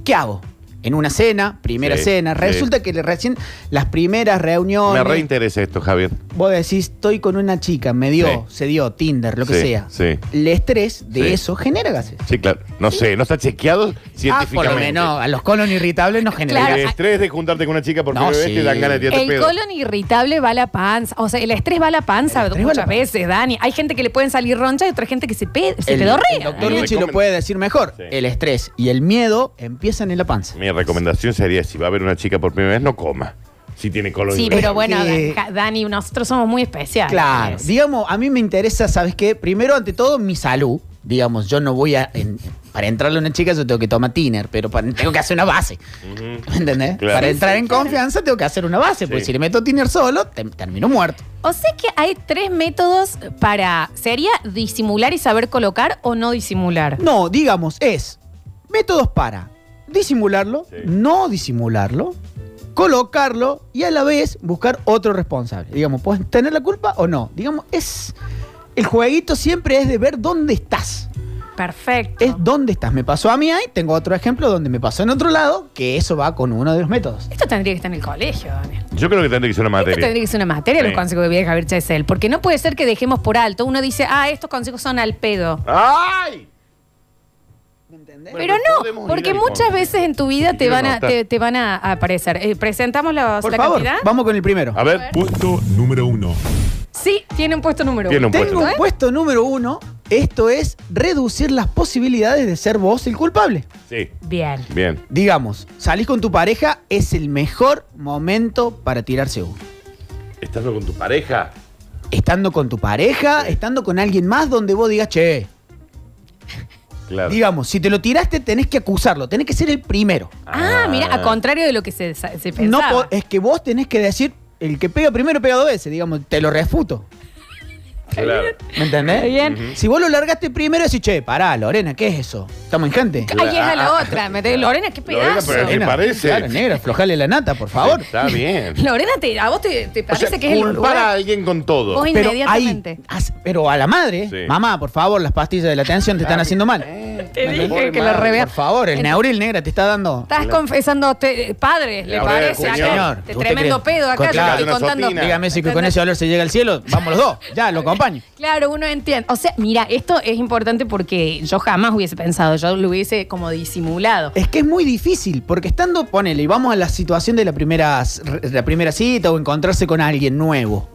[SPEAKER 4] ¿qué hago? En una cena, primera
[SPEAKER 2] Sí,
[SPEAKER 4] cena.
[SPEAKER 2] sí.
[SPEAKER 4] Resulta que le- recién las primeras reuniones.
[SPEAKER 2] Me reinteresa esto, Javier.
[SPEAKER 4] Vos decís, estoy con una chica, me dio,
[SPEAKER 2] Sí.
[SPEAKER 4] se dio, Tinder, lo que
[SPEAKER 2] Sí,
[SPEAKER 4] sea.
[SPEAKER 2] sí.
[SPEAKER 4] El estrés de
[SPEAKER 2] Sí.
[SPEAKER 4] eso genera gases.
[SPEAKER 2] Sí, claro. No sé, no está chequeado
[SPEAKER 4] Ah, por
[SPEAKER 2] científicamente.
[SPEAKER 4] lo menos a los colon irritables no genera
[SPEAKER 3] Claro.
[SPEAKER 2] El estrés de juntarte con una chica por
[SPEAKER 4] No,
[SPEAKER 2] primera vez
[SPEAKER 4] sí.
[SPEAKER 2] te dan ganas de tirarte
[SPEAKER 3] El
[SPEAKER 2] pedo.
[SPEAKER 3] colon irritable va a la panza. O sea, el estrés va a la panza
[SPEAKER 4] El estrés va a
[SPEAKER 3] muchas
[SPEAKER 4] la panza.
[SPEAKER 3] veces, Dani. Hay gente que le pueden salir ronchas y otra gente que se, pe se
[SPEAKER 4] el,
[SPEAKER 3] pedorrea.
[SPEAKER 4] el doctor
[SPEAKER 2] Daniel.
[SPEAKER 4] Vichy lo puede decir mejor.
[SPEAKER 2] Sí.
[SPEAKER 4] El estrés y el miedo empiezan en la panza.
[SPEAKER 2] Mi recomendación sería, si va a haber una chica por primera vez, no coma. Sí tiene color
[SPEAKER 3] Sí,
[SPEAKER 2] inglés.
[SPEAKER 3] pero bueno,
[SPEAKER 4] que-
[SPEAKER 3] Dan- Dani, nosotros somos muy especiales.
[SPEAKER 4] Claro, digamos, a mí me interesa, ¿sabes qué? Primero, ante todo, mi salud. Digamos, yo no voy a. en- para entrarle a una chica, yo tengo que tomar tiner, pero para- tengo que hacer una base. ¿Me entendés?
[SPEAKER 5] Claro.
[SPEAKER 4] Para
[SPEAKER 5] Sí,
[SPEAKER 4] entrar en confianza, tengo que hacer una base, porque si le meto tiner solo, te- termino muerto.
[SPEAKER 3] O sea que hay tres métodos para. ¿Sería disimular y saber colocar o no disimular?
[SPEAKER 4] No, digamos, es métodos para disimularlo, no disimularlo, colocarlo y a la vez buscar otro responsable. Digamos, ¿puedes tener la culpa o no? Digamos, es. El jueguito siempre es de ver dónde estás.
[SPEAKER 3] Perfecto.
[SPEAKER 4] Es dónde estás. Me pasó a mí ahí, tengo otro ejemplo donde me pasó en otro lado, que eso va con uno de los métodos.
[SPEAKER 3] Esto tendría que estar en el colegio, Daniel.
[SPEAKER 2] Yo creo que tendría que ser una
[SPEAKER 3] Esto
[SPEAKER 2] materia.
[SPEAKER 3] tendría que ser una materia
[SPEAKER 2] Sí.
[SPEAKER 3] los consejos que viene Javier Chesel, porque no puede ser que dejemos por alto. Uno dice, ah, estos consejos son al pedo.
[SPEAKER 2] ¡Ay!
[SPEAKER 3] Pero no, porque muchas veces en tu vida te
[SPEAKER 4] quiero
[SPEAKER 3] van, a,
[SPEAKER 4] anotar.
[SPEAKER 3] te, te van a aparecer. Eh, ¿Presentamos los-
[SPEAKER 4] Por
[SPEAKER 3] la
[SPEAKER 4] favor,
[SPEAKER 3] cantidad?
[SPEAKER 4] vamos con el primero.
[SPEAKER 2] A ver. Punto número uno.
[SPEAKER 3] Sí, tiene un puesto número
[SPEAKER 2] Tiene
[SPEAKER 3] uno.
[SPEAKER 2] un
[SPEAKER 4] Tengo
[SPEAKER 3] ¿Eh?
[SPEAKER 4] un puesto número uno. Esto es reducir las posibilidades de ser vos el culpable.
[SPEAKER 2] Sí.
[SPEAKER 3] Bien.
[SPEAKER 2] Bien.
[SPEAKER 4] Digamos, salís con tu pareja, es el mejor momento para tirarse uno.
[SPEAKER 2] Estando con tu pareja.
[SPEAKER 4] Estando con tu pareja, estando con alguien más donde vos digas, che,
[SPEAKER 2] Claro.
[SPEAKER 4] digamos, si te lo tiraste tenés que acusarlo, tenés que ser el primero.
[SPEAKER 3] Ah, mira, a contrario de lo que se, se
[SPEAKER 4] No
[SPEAKER 3] pensaba.
[SPEAKER 4] po- es que vos tenés que decir, el que pega primero pega dos veces, digamos, te lo refuto.
[SPEAKER 2] Claro.
[SPEAKER 4] ¿Me entendés?
[SPEAKER 3] Está bien.
[SPEAKER 4] Si vos lo largaste primero, decís, che, pará, Lorena, ¿qué es eso? Estamos en gente.
[SPEAKER 3] Ahí es a la otra. Me te- Lorena, qué
[SPEAKER 2] Lorena,
[SPEAKER 3] pedazo.
[SPEAKER 2] pero ¿qué
[SPEAKER 4] Lorena,
[SPEAKER 2] parece?
[SPEAKER 4] Claro, negra, aflojale la nata, por favor.
[SPEAKER 2] Está bien.
[SPEAKER 3] Lorena, te- a vos te, te
[SPEAKER 2] O
[SPEAKER 3] parece
[SPEAKER 2] sea,
[SPEAKER 3] que es el
[SPEAKER 2] culpar a alguien con todo.
[SPEAKER 3] Vos
[SPEAKER 4] Pero
[SPEAKER 3] inmediatamente.
[SPEAKER 4] ahí, as- pero a la madre, mamá, por favor, las pastillas de la atención te están haciendo mal.
[SPEAKER 2] Eh,
[SPEAKER 3] Te dije
[SPEAKER 4] Eh, Pobre
[SPEAKER 3] que la
[SPEAKER 4] madre,
[SPEAKER 3] revea.
[SPEAKER 4] Por favor, el neuril negra te está dando.
[SPEAKER 3] Estás confesando te- padres, ¿le
[SPEAKER 4] A ver,
[SPEAKER 3] parece? Acá,
[SPEAKER 4] señor,
[SPEAKER 3] te
[SPEAKER 4] ¿usted
[SPEAKER 3] tremendo
[SPEAKER 4] cree?
[SPEAKER 3] pedo acá,
[SPEAKER 4] Claro.
[SPEAKER 3] yo te estoy contando.
[SPEAKER 4] Dígame si que con ese olor se llega al cielo, vamos los dos, ya, lo acompaño.
[SPEAKER 3] Claro, uno entiende. O sea, mira, esto es importante porque yo jamás hubiese pensado, yo lo hubiese como disimulado.
[SPEAKER 4] Es que es muy difícil, porque estando, ponele, y vamos a la situación de la primera, s- re- la primera cita o encontrarse con alguien nuevo.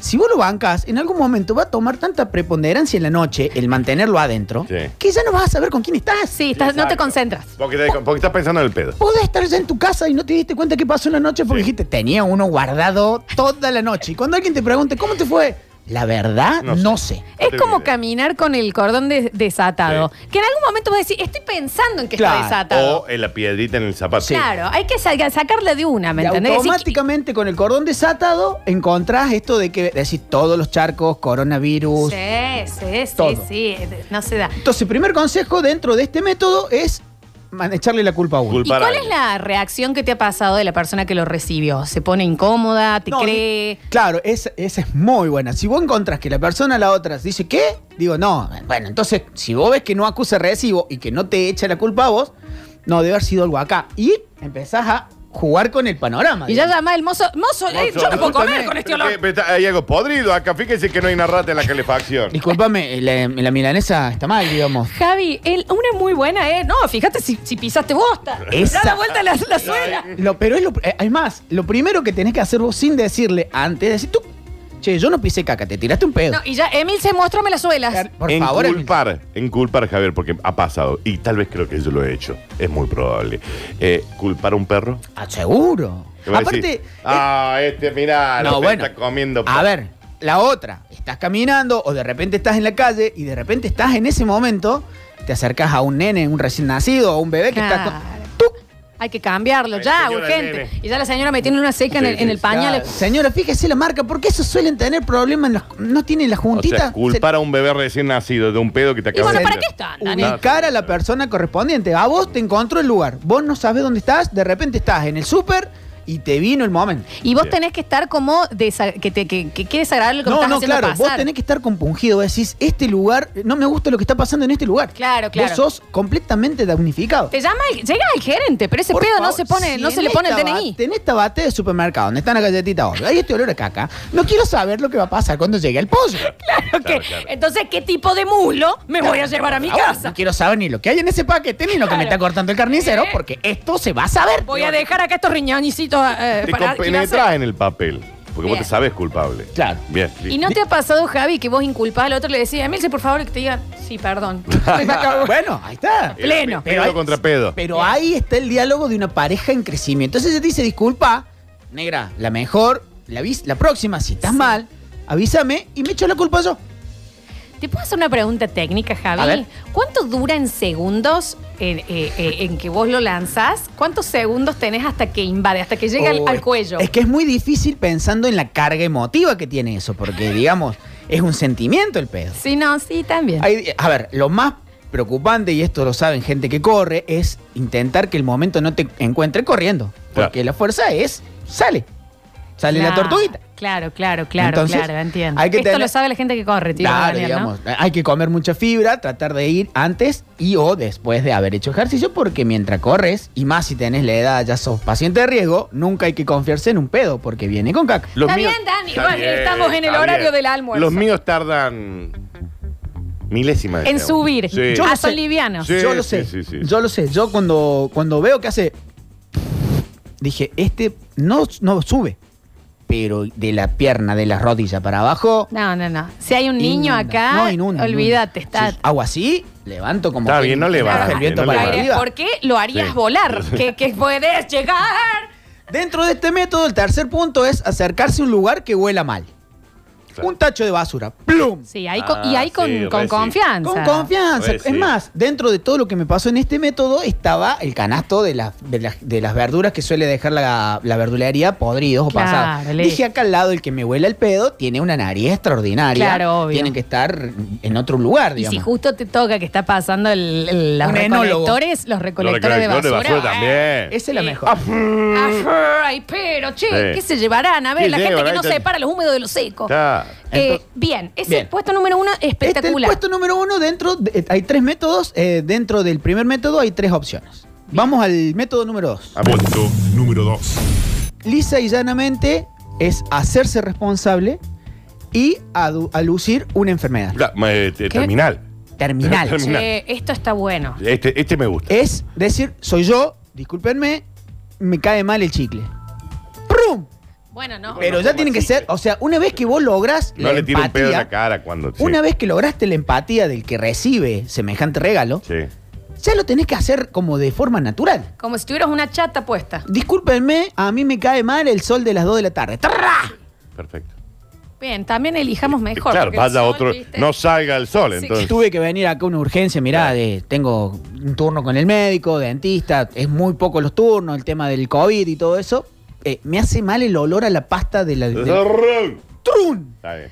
[SPEAKER 4] Si vos lo bancas, en algún momento va a tomar tanta preponderancia en la noche el mantenerlo adentro, que ya no vas a saber con quién estás.
[SPEAKER 3] Sí, estás- no te concentras.
[SPEAKER 2] Porque, te- porque estás pensando en el pedo.
[SPEAKER 4] Podés estar ya en tu casa y no te diste cuenta qué pasó en la noche porque dijiste, tenía uno guardado toda la noche. Y cuando alguien te pregunte, ¿cómo te fue? La verdad, no, sé.
[SPEAKER 3] Es como caminar con el cordón des- desatado. Que en algún momento vas a decir, estoy pensando en que está desatado.
[SPEAKER 2] O en la piedrita en el zapato.
[SPEAKER 3] Claro, hay que sa- sacarle de una, ¿me
[SPEAKER 4] Y
[SPEAKER 3] entendés? Decir,
[SPEAKER 4] automáticamente con el cordón desatado encontrás esto de que decís todos los charcos, coronavirus.
[SPEAKER 3] Sí, sí, sí,
[SPEAKER 4] Todo.
[SPEAKER 3] sí, no se da.
[SPEAKER 4] Entonces, primer consejo dentro de este método es man- echarle la culpa a uno.
[SPEAKER 3] ¿Y cuál es la reacción que te ha pasado de la persona que lo recibió? ¿Se pone incómoda? ¿Te
[SPEAKER 4] No,
[SPEAKER 3] cree?
[SPEAKER 4] Claro, esa, esa es muy buena. Si vos encontrás que la persona a la otra dice, ¿qué? Digo, no. Bueno, entonces, si vos ves que no acusa recibo y que no te echa la culpa a vos, no, debe haber sido algo acá. Y empezás a jugar con el panorama.
[SPEAKER 3] Y ya llama el mozo, mozo, eh, yo no puedo comer
[SPEAKER 2] También.
[SPEAKER 3] con este
[SPEAKER 2] Pero
[SPEAKER 3] olor.
[SPEAKER 2] que- Eh, pero está- Hay algo podrido acá. Fíjense que no hay una rata en la calefacción.
[SPEAKER 4] Disculpame, eh, la, la milanesa está mal, digamos.
[SPEAKER 3] Javi, el- una muy buena, ¿eh? No, fíjate si, si pisaste bosta.
[SPEAKER 4] Esa-
[SPEAKER 3] Da la vuelta la, la suela.
[SPEAKER 4] Lo, pero es lo, eh, es más, lo primero que tenés que hacer vos sin decirle antes, decir tú, che, yo no pisé caca, te tiraste un pedo.
[SPEAKER 3] No, y ya, Emil se muéstrame las suelas.
[SPEAKER 4] Por
[SPEAKER 2] en
[SPEAKER 4] favor, Emil.
[SPEAKER 2] culpar, en culpar, Javier, porque ha pasado, y tal vez creo que yo lo he hecho, es muy probable. Eh, ¿Culpar a un perro?
[SPEAKER 4] Ah, seguro.
[SPEAKER 2] Que va a
[SPEAKER 4] Aparte, eh,
[SPEAKER 2] decir, ah, este, mirá,
[SPEAKER 4] No,
[SPEAKER 2] lo que
[SPEAKER 4] bueno.
[SPEAKER 2] está comiendo.
[SPEAKER 4] A ver, la otra, estás caminando o de repente estás en la calle y de repente estás en ese momento, te acercas a un nene, un recién nacido o un bebé que está
[SPEAKER 3] Claro.
[SPEAKER 4] con-
[SPEAKER 3] Hay que cambiarlo, ya,
[SPEAKER 4] señora,
[SPEAKER 3] urgente.
[SPEAKER 4] nene.
[SPEAKER 3] Y ya la señora me tiene una seca en, el, en el pañal.
[SPEAKER 4] Ya, Señora, fíjese la marca, porque esos suelen tener problemas, en los- no tienen la
[SPEAKER 2] O
[SPEAKER 4] juntita.
[SPEAKER 2] sea, culpar a un bebé recién nacido de un pedo que te acaba de meter.
[SPEAKER 3] Ah,
[SPEAKER 4] está?
[SPEAKER 2] Daniel?
[SPEAKER 4] Ubicar a la persona correspondiente. A vos te encontró el lugar. Vos no sabés dónde estás, de repente estás en el súper y te vino el momento.
[SPEAKER 3] Y vos tenés que estar como desa- que te que, que, que desagradable lo que
[SPEAKER 4] No,
[SPEAKER 3] estás
[SPEAKER 4] no,
[SPEAKER 3] haciendo
[SPEAKER 4] claro.
[SPEAKER 3] pasar.
[SPEAKER 4] Vos tenés que estar compungido. Vos decís, este lugar, no me gusta lo que está pasando en este lugar.
[SPEAKER 3] Claro, claro.
[SPEAKER 4] Vos sos completamente damnificado.
[SPEAKER 3] Te llama, el- llega el gerente, pero ese
[SPEAKER 4] Por
[SPEAKER 3] pedo no
[SPEAKER 4] favor,
[SPEAKER 3] se pone,
[SPEAKER 4] si
[SPEAKER 3] no se
[SPEAKER 4] en
[SPEAKER 3] le pone el
[SPEAKER 4] esta
[SPEAKER 3] DNI.
[SPEAKER 4] bate- En esta bate de supermercado, donde está la galletita ahora, hay este olor a caca. No quiero saber lo que va a pasar cuando llegue el pollo.
[SPEAKER 3] Ok, Entonces, ¿qué tipo de muslo me voy a llevar a mi
[SPEAKER 4] Por favor,
[SPEAKER 3] casa?
[SPEAKER 4] No quiero saber ni lo que hay en ese paquete, ni lo que me está cortando el carnicero, porque esto se va a saber.
[SPEAKER 3] Eh. Voy a dejar acá estos riñonicitos eh,
[SPEAKER 2] Te
[SPEAKER 3] para
[SPEAKER 2] compenetras en el papel, porque vos
[SPEAKER 3] Bien.
[SPEAKER 2] te sabes culpable.
[SPEAKER 4] Claro.
[SPEAKER 2] Bien.
[SPEAKER 3] ¿Y no te ha pasado, Javi, que vos inculpás al otro y le decís, Emilce, por favor, que te diga, sí, perdón?
[SPEAKER 4] bueno, ahí está.
[SPEAKER 2] Pedo
[SPEAKER 3] Pleno.
[SPEAKER 4] Pero hay-
[SPEAKER 2] contra pedo.
[SPEAKER 4] Pero ahí está el diálogo de una pareja en crecimiento. Entonces ella te dice, disculpa, negra, la mejor, la, vis- la próxima, si estás mal, avísame y me echo la culpa yo.
[SPEAKER 3] ¿Te puedo hacer una pregunta técnica, Javi?
[SPEAKER 4] A ver.
[SPEAKER 3] ¿Cuánto dura en segundos en, eh, eh, en que vos lo lanzás? ¿Cuántos segundos tenés hasta que invade, hasta que llega al-
[SPEAKER 4] Oh,
[SPEAKER 3] al,
[SPEAKER 4] es-
[SPEAKER 3] cuello?
[SPEAKER 4] Es que es muy difícil pensando en la carga emotiva que tiene eso, porque, digamos, es un sentimiento el pedo.
[SPEAKER 3] Sí, no, sí, también.
[SPEAKER 4] Hay- a ver, lo más preocupante, y esto lo saben gente que corre, es intentar que el momento no te encuentre corriendo. Porque la fuerza es, sale. Sale la
[SPEAKER 3] Claro,
[SPEAKER 4] tortuguita.
[SPEAKER 3] Claro, claro, claro,
[SPEAKER 4] Entonces,
[SPEAKER 3] claro, entiendo.
[SPEAKER 4] hay que
[SPEAKER 3] Esto
[SPEAKER 4] tener-
[SPEAKER 3] lo sabe la gente que corre, tío.
[SPEAKER 4] Claro,
[SPEAKER 3] Daniel, ¿no?
[SPEAKER 4] digamos, hay que comer mucha fibra, tratar de ir antes y o después de haber hecho ejercicio, porque mientras corres, y más si tenés la edad, ya sos paciente de riesgo, nunca hay que confiarse en un pedo, porque viene con caca.
[SPEAKER 2] Los
[SPEAKER 3] Está
[SPEAKER 2] míos-
[SPEAKER 3] bien, Dani,
[SPEAKER 2] Está
[SPEAKER 3] bueno,
[SPEAKER 2] bien,
[SPEAKER 3] estamos en el
[SPEAKER 2] está
[SPEAKER 3] horario
[SPEAKER 2] bien.
[SPEAKER 3] del almuerzo.
[SPEAKER 2] Los míos tardan milésimas de
[SPEAKER 3] En
[SPEAKER 2] segundo.
[SPEAKER 3] subir.
[SPEAKER 2] Este, Sí.
[SPEAKER 3] Ah, son livianos.
[SPEAKER 2] Sí,
[SPEAKER 4] yo lo
[SPEAKER 2] sí,
[SPEAKER 4] sé,
[SPEAKER 2] sí, sí.
[SPEAKER 4] yo lo sé. Yo cuando, cuando veo que hace, dije, este no, no sube, pero de la pierna, de la rodilla para abajo,
[SPEAKER 3] No, no, no. Si hay un niño
[SPEAKER 4] Inunda.
[SPEAKER 3] acá,
[SPEAKER 4] No, inunda,
[SPEAKER 3] olvídate, está.
[SPEAKER 4] hago así, levanto como...
[SPEAKER 2] Está
[SPEAKER 4] que-
[SPEAKER 2] bien, no
[SPEAKER 4] que
[SPEAKER 2] levante,
[SPEAKER 4] baja el viento
[SPEAKER 2] no
[SPEAKER 4] para
[SPEAKER 2] levante.
[SPEAKER 4] arriba.
[SPEAKER 3] ¿Por qué lo harías
[SPEAKER 2] Sí.
[SPEAKER 3] volar? que, que puedes llegar.
[SPEAKER 4] Dentro de este método, el tercer punto es acercarse a un lugar que huela mal. Un tacho de basura. ¡Plum!
[SPEAKER 3] Sí, ahí con-
[SPEAKER 2] Ah,
[SPEAKER 3] y ahí con,
[SPEAKER 2] sí,
[SPEAKER 3] con
[SPEAKER 2] re sí.
[SPEAKER 3] confianza.
[SPEAKER 4] Con confianza.
[SPEAKER 2] Pues, sí.
[SPEAKER 4] Es más, dentro de todo lo que me pasó en este método estaba el canasto de, las- de las- de las verduras que suele dejar la, la verdulería podridos o
[SPEAKER 3] Claro,
[SPEAKER 4] pasados.
[SPEAKER 3] listo.
[SPEAKER 4] Dije acá al lado, el que me huela el pedo tiene una nariz extraordinaria.
[SPEAKER 3] Claro, obvio.
[SPEAKER 4] Tienen que estar en otro lugar,
[SPEAKER 3] Y si
[SPEAKER 4] digamos.
[SPEAKER 3] justo te toca que está pasando el- el- los
[SPEAKER 4] Un enólogo.
[SPEAKER 3] recolectores, los
[SPEAKER 2] Los
[SPEAKER 3] recolectores de basura. Eh,
[SPEAKER 2] también.
[SPEAKER 4] Esa es la mejor.
[SPEAKER 3] ah, ay, pero, che,
[SPEAKER 2] Sí.
[SPEAKER 3] ¿qué se llevarán? A ver,
[SPEAKER 2] ¿Qué
[SPEAKER 3] la
[SPEAKER 2] se
[SPEAKER 3] gente que
[SPEAKER 2] llevarán?
[SPEAKER 3] no separa los húmedos de los secos.
[SPEAKER 2] Está.
[SPEAKER 3] Eh,
[SPEAKER 4] Entonces-
[SPEAKER 3] bien, ese
[SPEAKER 4] Bien.
[SPEAKER 3] puesto número uno
[SPEAKER 4] Este es el
[SPEAKER 3] espectacular.
[SPEAKER 4] puesto número uno dentro. de- hay tres métodos. eh, dentro del primer método hay tres opciones. Vamos al método número dos.
[SPEAKER 2] A ver,
[SPEAKER 1] número 2.
[SPEAKER 4] lisa y llanamente es hacerse responsable y adu- alucir una enfermedad
[SPEAKER 2] la- ma- eh, te-
[SPEAKER 3] ¿Qué?
[SPEAKER 2] terminal.
[SPEAKER 4] terminal.
[SPEAKER 2] Terminal.
[SPEAKER 3] Che, Eh, esto está bueno.
[SPEAKER 2] Este, este me
[SPEAKER 3] Eh,
[SPEAKER 2] gusta.
[SPEAKER 4] Es decir, soy yo, discúlpenme, me cae mal el chicle. ¡Prum!
[SPEAKER 3] Bueno, no.
[SPEAKER 4] Pero ya tiene que ser, o sea, una vez que vos logras
[SPEAKER 2] No
[SPEAKER 4] la
[SPEAKER 2] le tiro un pedo en la
[SPEAKER 4] empatía,
[SPEAKER 2] cara cuando. sí,
[SPEAKER 4] una vez que lograste la empatía del que recibe semejante regalo,
[SPEAKER 2] Sí.
[SPEAKER 4] ya lo tenés que hacer como de forma natural.
[SPEAKER 3] Como si tuvieras una chata puesta.
[SPEAKER 4] Discúlpenme, a mí me cae mal el sol de las 2 de la tarde. ¡Tarra!
[SPEAKER 2] Perfecto.
[SPEAKER 3] Bien, también elijamos
[SPEAKER 4] Eh,
[SPEAKER 3] mejor.
[SPEAKER 2] claro,
[SPEAKER 3] porque el
[SPEAKER 2] vaya
[SPEAKER 3] sol,
[SPEAKER 2] otro.
[SPEAKER 3] ¿viste?
[SPEAKER 2] No salga el sol,
[SPEAKER 3] Sí,
[SPEAKER 2] entonces.
[SPEAKER 4] Tuve que venir acá a una urgencia, mirá, de- tengo un turno con el médico, dentista, es muy poco los turnos, el tema del COVID y todo eso. Eh, me hace mal el olor a la pasta de la... del- ¡Trun!
[SPEAKER 2] Está bien.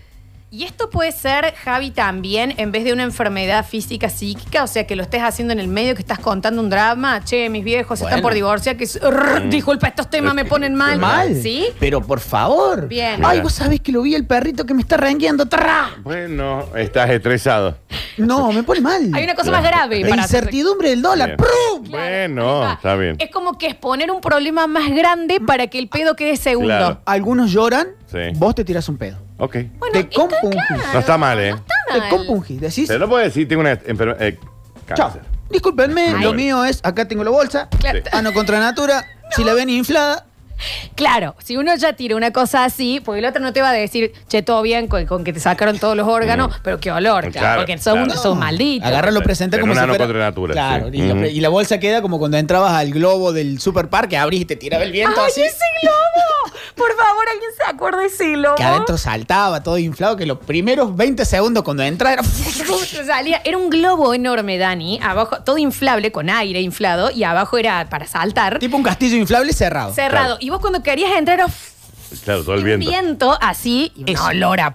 [SPEAKER 3] Y esto puede ser, Javi, también, en vez de una enfermedad física psíquica, o sea, que lo estés haciendo en el medio, que estás contando un drama, che, mis viejos están
[SPEAKER 4] Bueno. Mm. Eh,
[SPEAKER 3] por divorciar, que es, "Rrr, disculpa, estos temas me ponen mal.
[SPEAKER 4] Mal.
[SPEAKER 3] ¿Sí?
[SPEAKER 4] Pero por favor.
[SPEAKER 3] Bien.
[SPEAKER 4] Ay,
[SPEAKER 2] Mira.
[SPEAKER 4] vos sabés que lo vi el perrito que me está rengueando. ¡Tarra!
[SPEAKER 2] Bueno, estás estresado.
[SPEAKER 4] No, me pone mal.
[SPEAKER 3] Hay una cosa más grave.
[SPEAKER 4] La
[SPEAKER 3] para hacer-
[SPEAKER 4] incertidumbre del dólar.
[SPEAKER 2] Bien.
[SPEAKER 4] ¡Prum!
[SPEAKER 3] Claro, ahí
[SPEAKER 2] bueno,
[SPEAKER 3] va.
[SPEAKER 2] está bien.
[SPEAKER 3] Es como que exponer un problema más grande para que el pedo quede segundo.
[SPEAKER 2] Claro.
[SPEAKER 4] Algunos lloran,
[SPEAKER 2] Sí.
[SPEAKER 4] vos te tirás un pedo.
[SPEAKER 2] Ok.
[SPEAKER 3] Bueno,
[SPEAKER 4] te
[SPEAKER 3] está claro,
[SPEAKER 4] compungís.
[SPEAKER 2] No está mal, ¿eh?
[SPEAKER 3] está
[SPEAKER 4] Te
[SPEAKER 3] mal.
[SPEAKER 4] compungís. Decís,
[SPEAKER 2] Se lo puedo decir, tengo una enfermedad. eh,
[SPEAKER 4] Chao.
[SPEAKER 2] cáncer.
[SPEAKER 4] Discúlpenme,
[SPEAKER 2] Ay.
[SPEAKER 4] lo mío es, acá tengo la bolsa,
[SPEAKER 3] Claro.
[SPEAKER 4] Sí. ano contra natura, si la ven inflada,
[SPEAKER 3] Claro, si uno ya tira una cosa así, porque el otro no te va a decir, che, todo bien con, con que te sacaron todos los órganos, pero qué olor, claro,
[SPEAKER 2] Claro,
[SPEAKER 3] porque son,
[SPEAKER 2] claro.
[SPEAKER 3] son malditos.
[SPEAKER 4] agarra lo presenta
[SPEAKER 2] Pero
[SPEAKER 4] como
[SPEAKER 2] un
[SPEAKER 4] si
[SPEAKER 2] ano
[SPEAKER 4] fuera-
[SPEAKER 2] contra natura,
[SPEAKER 4] Claro,
[SPEAKER 2] sí.
[SPEAKER 4] y, la-
[SPEAKER 2] Ujú.
[SPEAKER 4] y la bolsa queda como cuando entrabas al globo del superparque, que abrís y te tiraba el viento
[SPEAKER 3] ¡Ay,
[SPEAKER 4] así.
[SPEAKER 3] ese globo! Por favor, alguien se acuerda de ese globo.
[SPEAKER 4] Que adentro saltaba todo inflado, que los primeros 20 segundos cuando entraba era...
[SPEAKER 3] Salía, era un globo enorme, Dani, abajo, todo inflable, con aire inflado, y abajo era para saltar,
[SPEAKER 4] tipo un castillo inflable cerrado.
[SPEAKER 3] cerrado. Y vos cuando querías entrar, era
[SPEAKER 2] Claro, todo el
[SPEAKER 3] un
[SPEAKER 2] viento.
[SPEAKER 3] viento así, y un
[SPEAKER 4] Eso.
[SPEAKER 3] olor a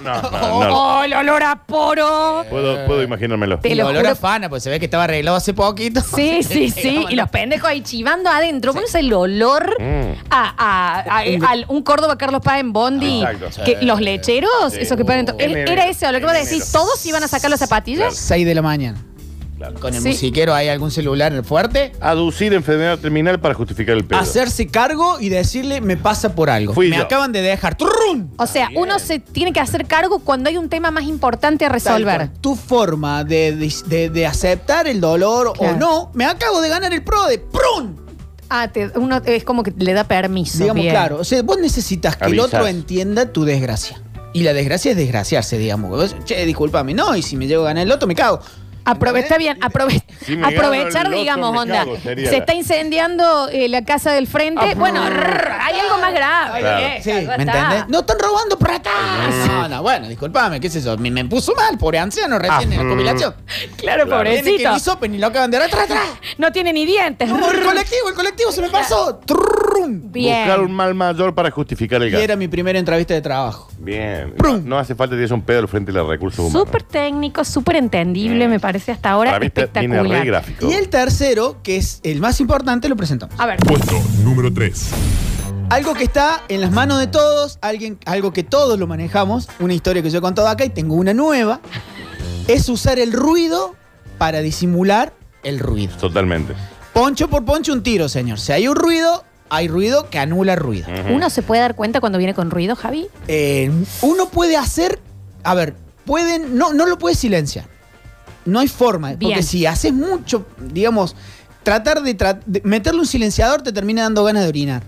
[SPEAKER 2] No, no, no, no.
[SPEAKER 3] ¡Oh, el olor a poro!
[SPEAKER 2] Puedo, puedo imaginármelo.
[SPEAKER 3] Te
[SPEAKER 4] Y
[SPEAKER 3] lo
[SPEAKER 4] olor
[SPEAKER 3] juro.
[SPEAKER 4] a fana, pues se ve que estaba arreglado hace poquito.
[SPEAKER 3] Sí, sí, sí. Y los pendejos ahí chivando adentro. ¿Cuál es el olor
[SPEAKER 2] Mm.
[SPEAKER 3] a, a- a- al- un Córdoba Carlos Paz en Bondi?
[SPEAKER 2] Exacto.
[SPEAKER 3] Que, los lecheros,
[SPEAKER 2] Sí. Uh,
[SPEAKER 3] esos que pagan dentro.
[SPEAKER 2] En
[SPEAKER 3] Era-
[SPEAKER 2] enero.
[SPEAKER 3] Era ese olor que vos
[SPEAKER 2] En
[SPEAKER 3] decís,
[SPEAKER 2] enero.
[SPEAKER 3] ¿todos iban a sacar las zapatillas?
[SPEAKER 4] 6 de la mañana.
[SPEAKER 2] Claro.
[SPEAKER 4] Con el
[SPEAKER 3] Sí.
[SPEAKER 4] musiquero hay algún celular fuerte.
[SPEAKER 2] Aducir enfermedad terminal para justificar el pedo.
[SPEAKER 4] Hacerse cargo y decirle, me pasa por algo.
[SPEAKER 2] Fui
[SPEAKER 4] me
[SPEAKER 2] yo.
[SPEAKER 4] acaban de dejar. ¡Turrún!
[SPEAKER 3] O sea, uno se tiene que hacer cargo cuando hay un tema más importante a resolver.
[SPEAKER 4] Tal cual. Tu forma de, dis- de- de aceptar el dolor
[SPEAKER 3] Claro.
[SPEAKER 4] o no, me acabo de ganar el pro de ¡Prun!
[SPEAKER 3] Ah, te- uno es como que le da permiso.
[SPEAKER 4] Digamos,
[SPEAKER 3] bien.
[SPEAKER 4] claro. O sea, vos necesitas que el
[SPEAKER 2] Avisás.
[SPEAKER 4] otro entienda tu desgracia. Y la desgracia es desgraciarse, digamos. Vos, che, discúlpame. No, y si me llego a ganar el otro, me cago.
[SPEAKER 3] Aprove- está bien, aprove-
[SPEAKER 2] Si me gano
[SPEAKER 3] aprovechar,
[SPEAKER 2] el loto,
[SPEAKER 3] digamos,
[SPEAKER 2] me
[SPEAKER 3] onda.
[SPEAKER 2] cago, sería
[SPEAKER 3] Se
[SPEAKER 2] la-
[SPEAKER 3] está incendiando eh, la casa del frente. Bueno, rrr, hay algo más grave.
[SPEAKER 4] Claro.
[SPEAKER 3] vieja,
[SPEAKER 4] Sí,
[SPEAKER 3] ya
[SPEAKER 4] ¿me
[SPEAKER 3] está.
[SPEAKER 4] entendés? No están robando por atrás. No, no, bueno, disculpame, qué es eso. Me, me puso mal, pobre anciano, recién en la jubilación.
[SPEAKER 3] Claro, pobrecito.
[SPEAKER 4] Tiene que el hisopo ni lo acaban de atrás, atrás.
[SPEAKER 3] No tiene ni dientes.
[SPEAKER 4] No, el colectivo, el colectivo se me pasó. Trrrum.
[SPEAKER 2] Buscar un mal mayor para justificar el
[SPEAKER 4] Y
[SPEAKER 2] gasto.
[SPEAKER 4] era mi primera entrevista de trabajo.
[SPEAKER 2] Bien. No hace falta que tienes un pedo al frente de los recursos humanos.
[SPEAKER 3] Súper técnico, súper entendible, me parece hasta ahora.
[SPEAKER 2] Para mí te- viene
[SPEAKER 3] espectacular.
[SPEAKER 2] re gráfico.
[SPEAKER 4] Y el tercero, que es el más importante, lo presentamos.
[SPEAKER 3] A ver.
[SPEAKER 1] Puesto número 3.
[SPEAKER 4] Algo que está en las manos de todos, alguien, algo que todos lo manejamos, una historia que yo he contado acá y tengo una nueva, es usar el ruido para disimular el ruido.
[SPEAKER 2] Totalmente.
[SPEAKER 4] Poncho por poncho un tiro, señor. Si hay un ruido, hay ruido que anula ruido.
[SPEAKER 3] ¿Uno se puede dar cuenta cuando viene con ruido, Javi?
[SPEAKER 4] Eh, uno puede hacer, a ver, pueden, no, no lo puede silenciar. No hay forma,
[SPEAKER 3] Bien.
[SPEAKER 4] porque si haces mucho, digamos, tratar de, tra- de meterle un silenciador te termina dando ganas de orinar.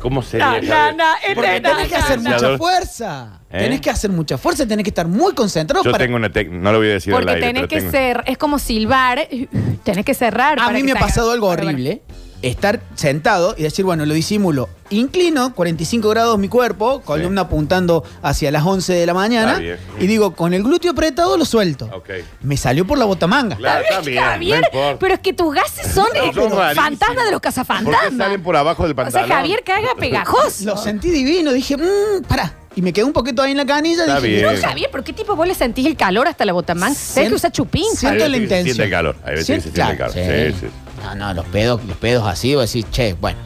[SPEAKER 2] ¿Cómo sería? Javier?
[SPEAKER 4] Porque tenés que hacer mucha fuerza.
[SPEAKER 2] ¿Eh?
[SPEAKER 4] Tenés que hacer mucha fuerza, tenés que estar muy concentrado
[SPEAKER 2] Yo
[SPEAKER 4] para
[SPEAKER 2] tengo una técnica, no lo voy a decir al
[SPEAKER 3] Porque
[SPEAKER 2] aire.
[SPEAKER 3] tenés
[SPEAKER 2] pero
[SPEAKER 3] que
[SPEAKER 2] tengo-
[SPEAKER 3] ser, es como silbar, tenés que cerrar.
[SPEAKER 4] A
[SPEAKER 3] para
[SPEAKER 4] mí
[SPEAKER 3] que
[SPEAKER 4] me ha
[SPEAKER 3] salga.
[SPEAKER 4] pasado algo
[SPEAKER 3] Pero bueno.
[SPEAKER 4] horrible. Estar sentado y decir, bueno, lo disimulo. Inclino 45 grados mi cuerpo, columna apuntando hacia las 11 de la mañana.
[SPEAKER 2] Está bien.
[SPEAKER 4] Y digo, con el glúteo apretado lo suelto.
[SPEAKER 2] Ok.
[SPEAKER 4] Me salió por la botamanga.
[SPEAKER 2] Claro, está bien.
[SPEAKER 3] Javier,
[SPEAKER 2] no importa.
[SPEAKER 3] pero es que tus gases son
[SPEAKER 2] No,
[SPEAKER 3] eh,
[SPEAKER 2] son
[SPEAKER 3] fantasmas
[SPEAKER 2] rarísimos.
[SPEAKER 3] de los
[SPEAKER 2] ¿Por qué
[SPEAKER 3] cazafantasmas.
[SPEAKER 2] salen por abajo del
[SPEAKER 3] O sea,
[SPEAKER 2] pantalón?
[SPEAKER 3] Javier caga pegajoso.
[SPEAKER 4] Lo sentí divino. Dije, mmm, pará. Y me quedé un poquito ahí en la canilla.
[SPEAKER 2] Está
[SPEAKER 4] dije,
[SPEAKER 2] bien.
[SPEAKER 4] "No,
[SPEAKER 3] No, Javier, ¿por qué tipo vos le sentís el calor hasta la botamanga? Tenés
[SPEAKER 4] Sien-
[SPEAKER 3] que usar chupín.
[SPEAKER 2] Hay
[SPEAKER 4] siento
[SPEAKER 2] veces
[SPEAKER 4] la
[SPEAKER 2] que se Siente
[SPEAKER 4] intención.
[SPEAKER 2] el calor. Hay veces que se
[SPEAKER 4] Sí,
[SPEAKER 2] siente el
[SPEAKER 4] claro,
[SPEAKER 2] calor.
[SPEAKER 4] sí.
[SPEAKER 2] Sí, sí.
[SPEAKER 4] No, no, los pedos, los pedos así, vos decís, che, bueno.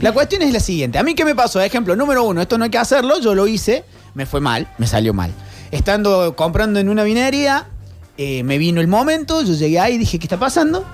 [SPEAKER 4] La cuestión es la siguiente. A mí, ¿qué me pasó? Ejemplo número uno, esto no hay que hacerlo, yo lo hice, me fue mal, me salió mal. Estando comprando en una vinería, eh, me vino el momento, yo llegué ahí y dije, ¿qué está pasando?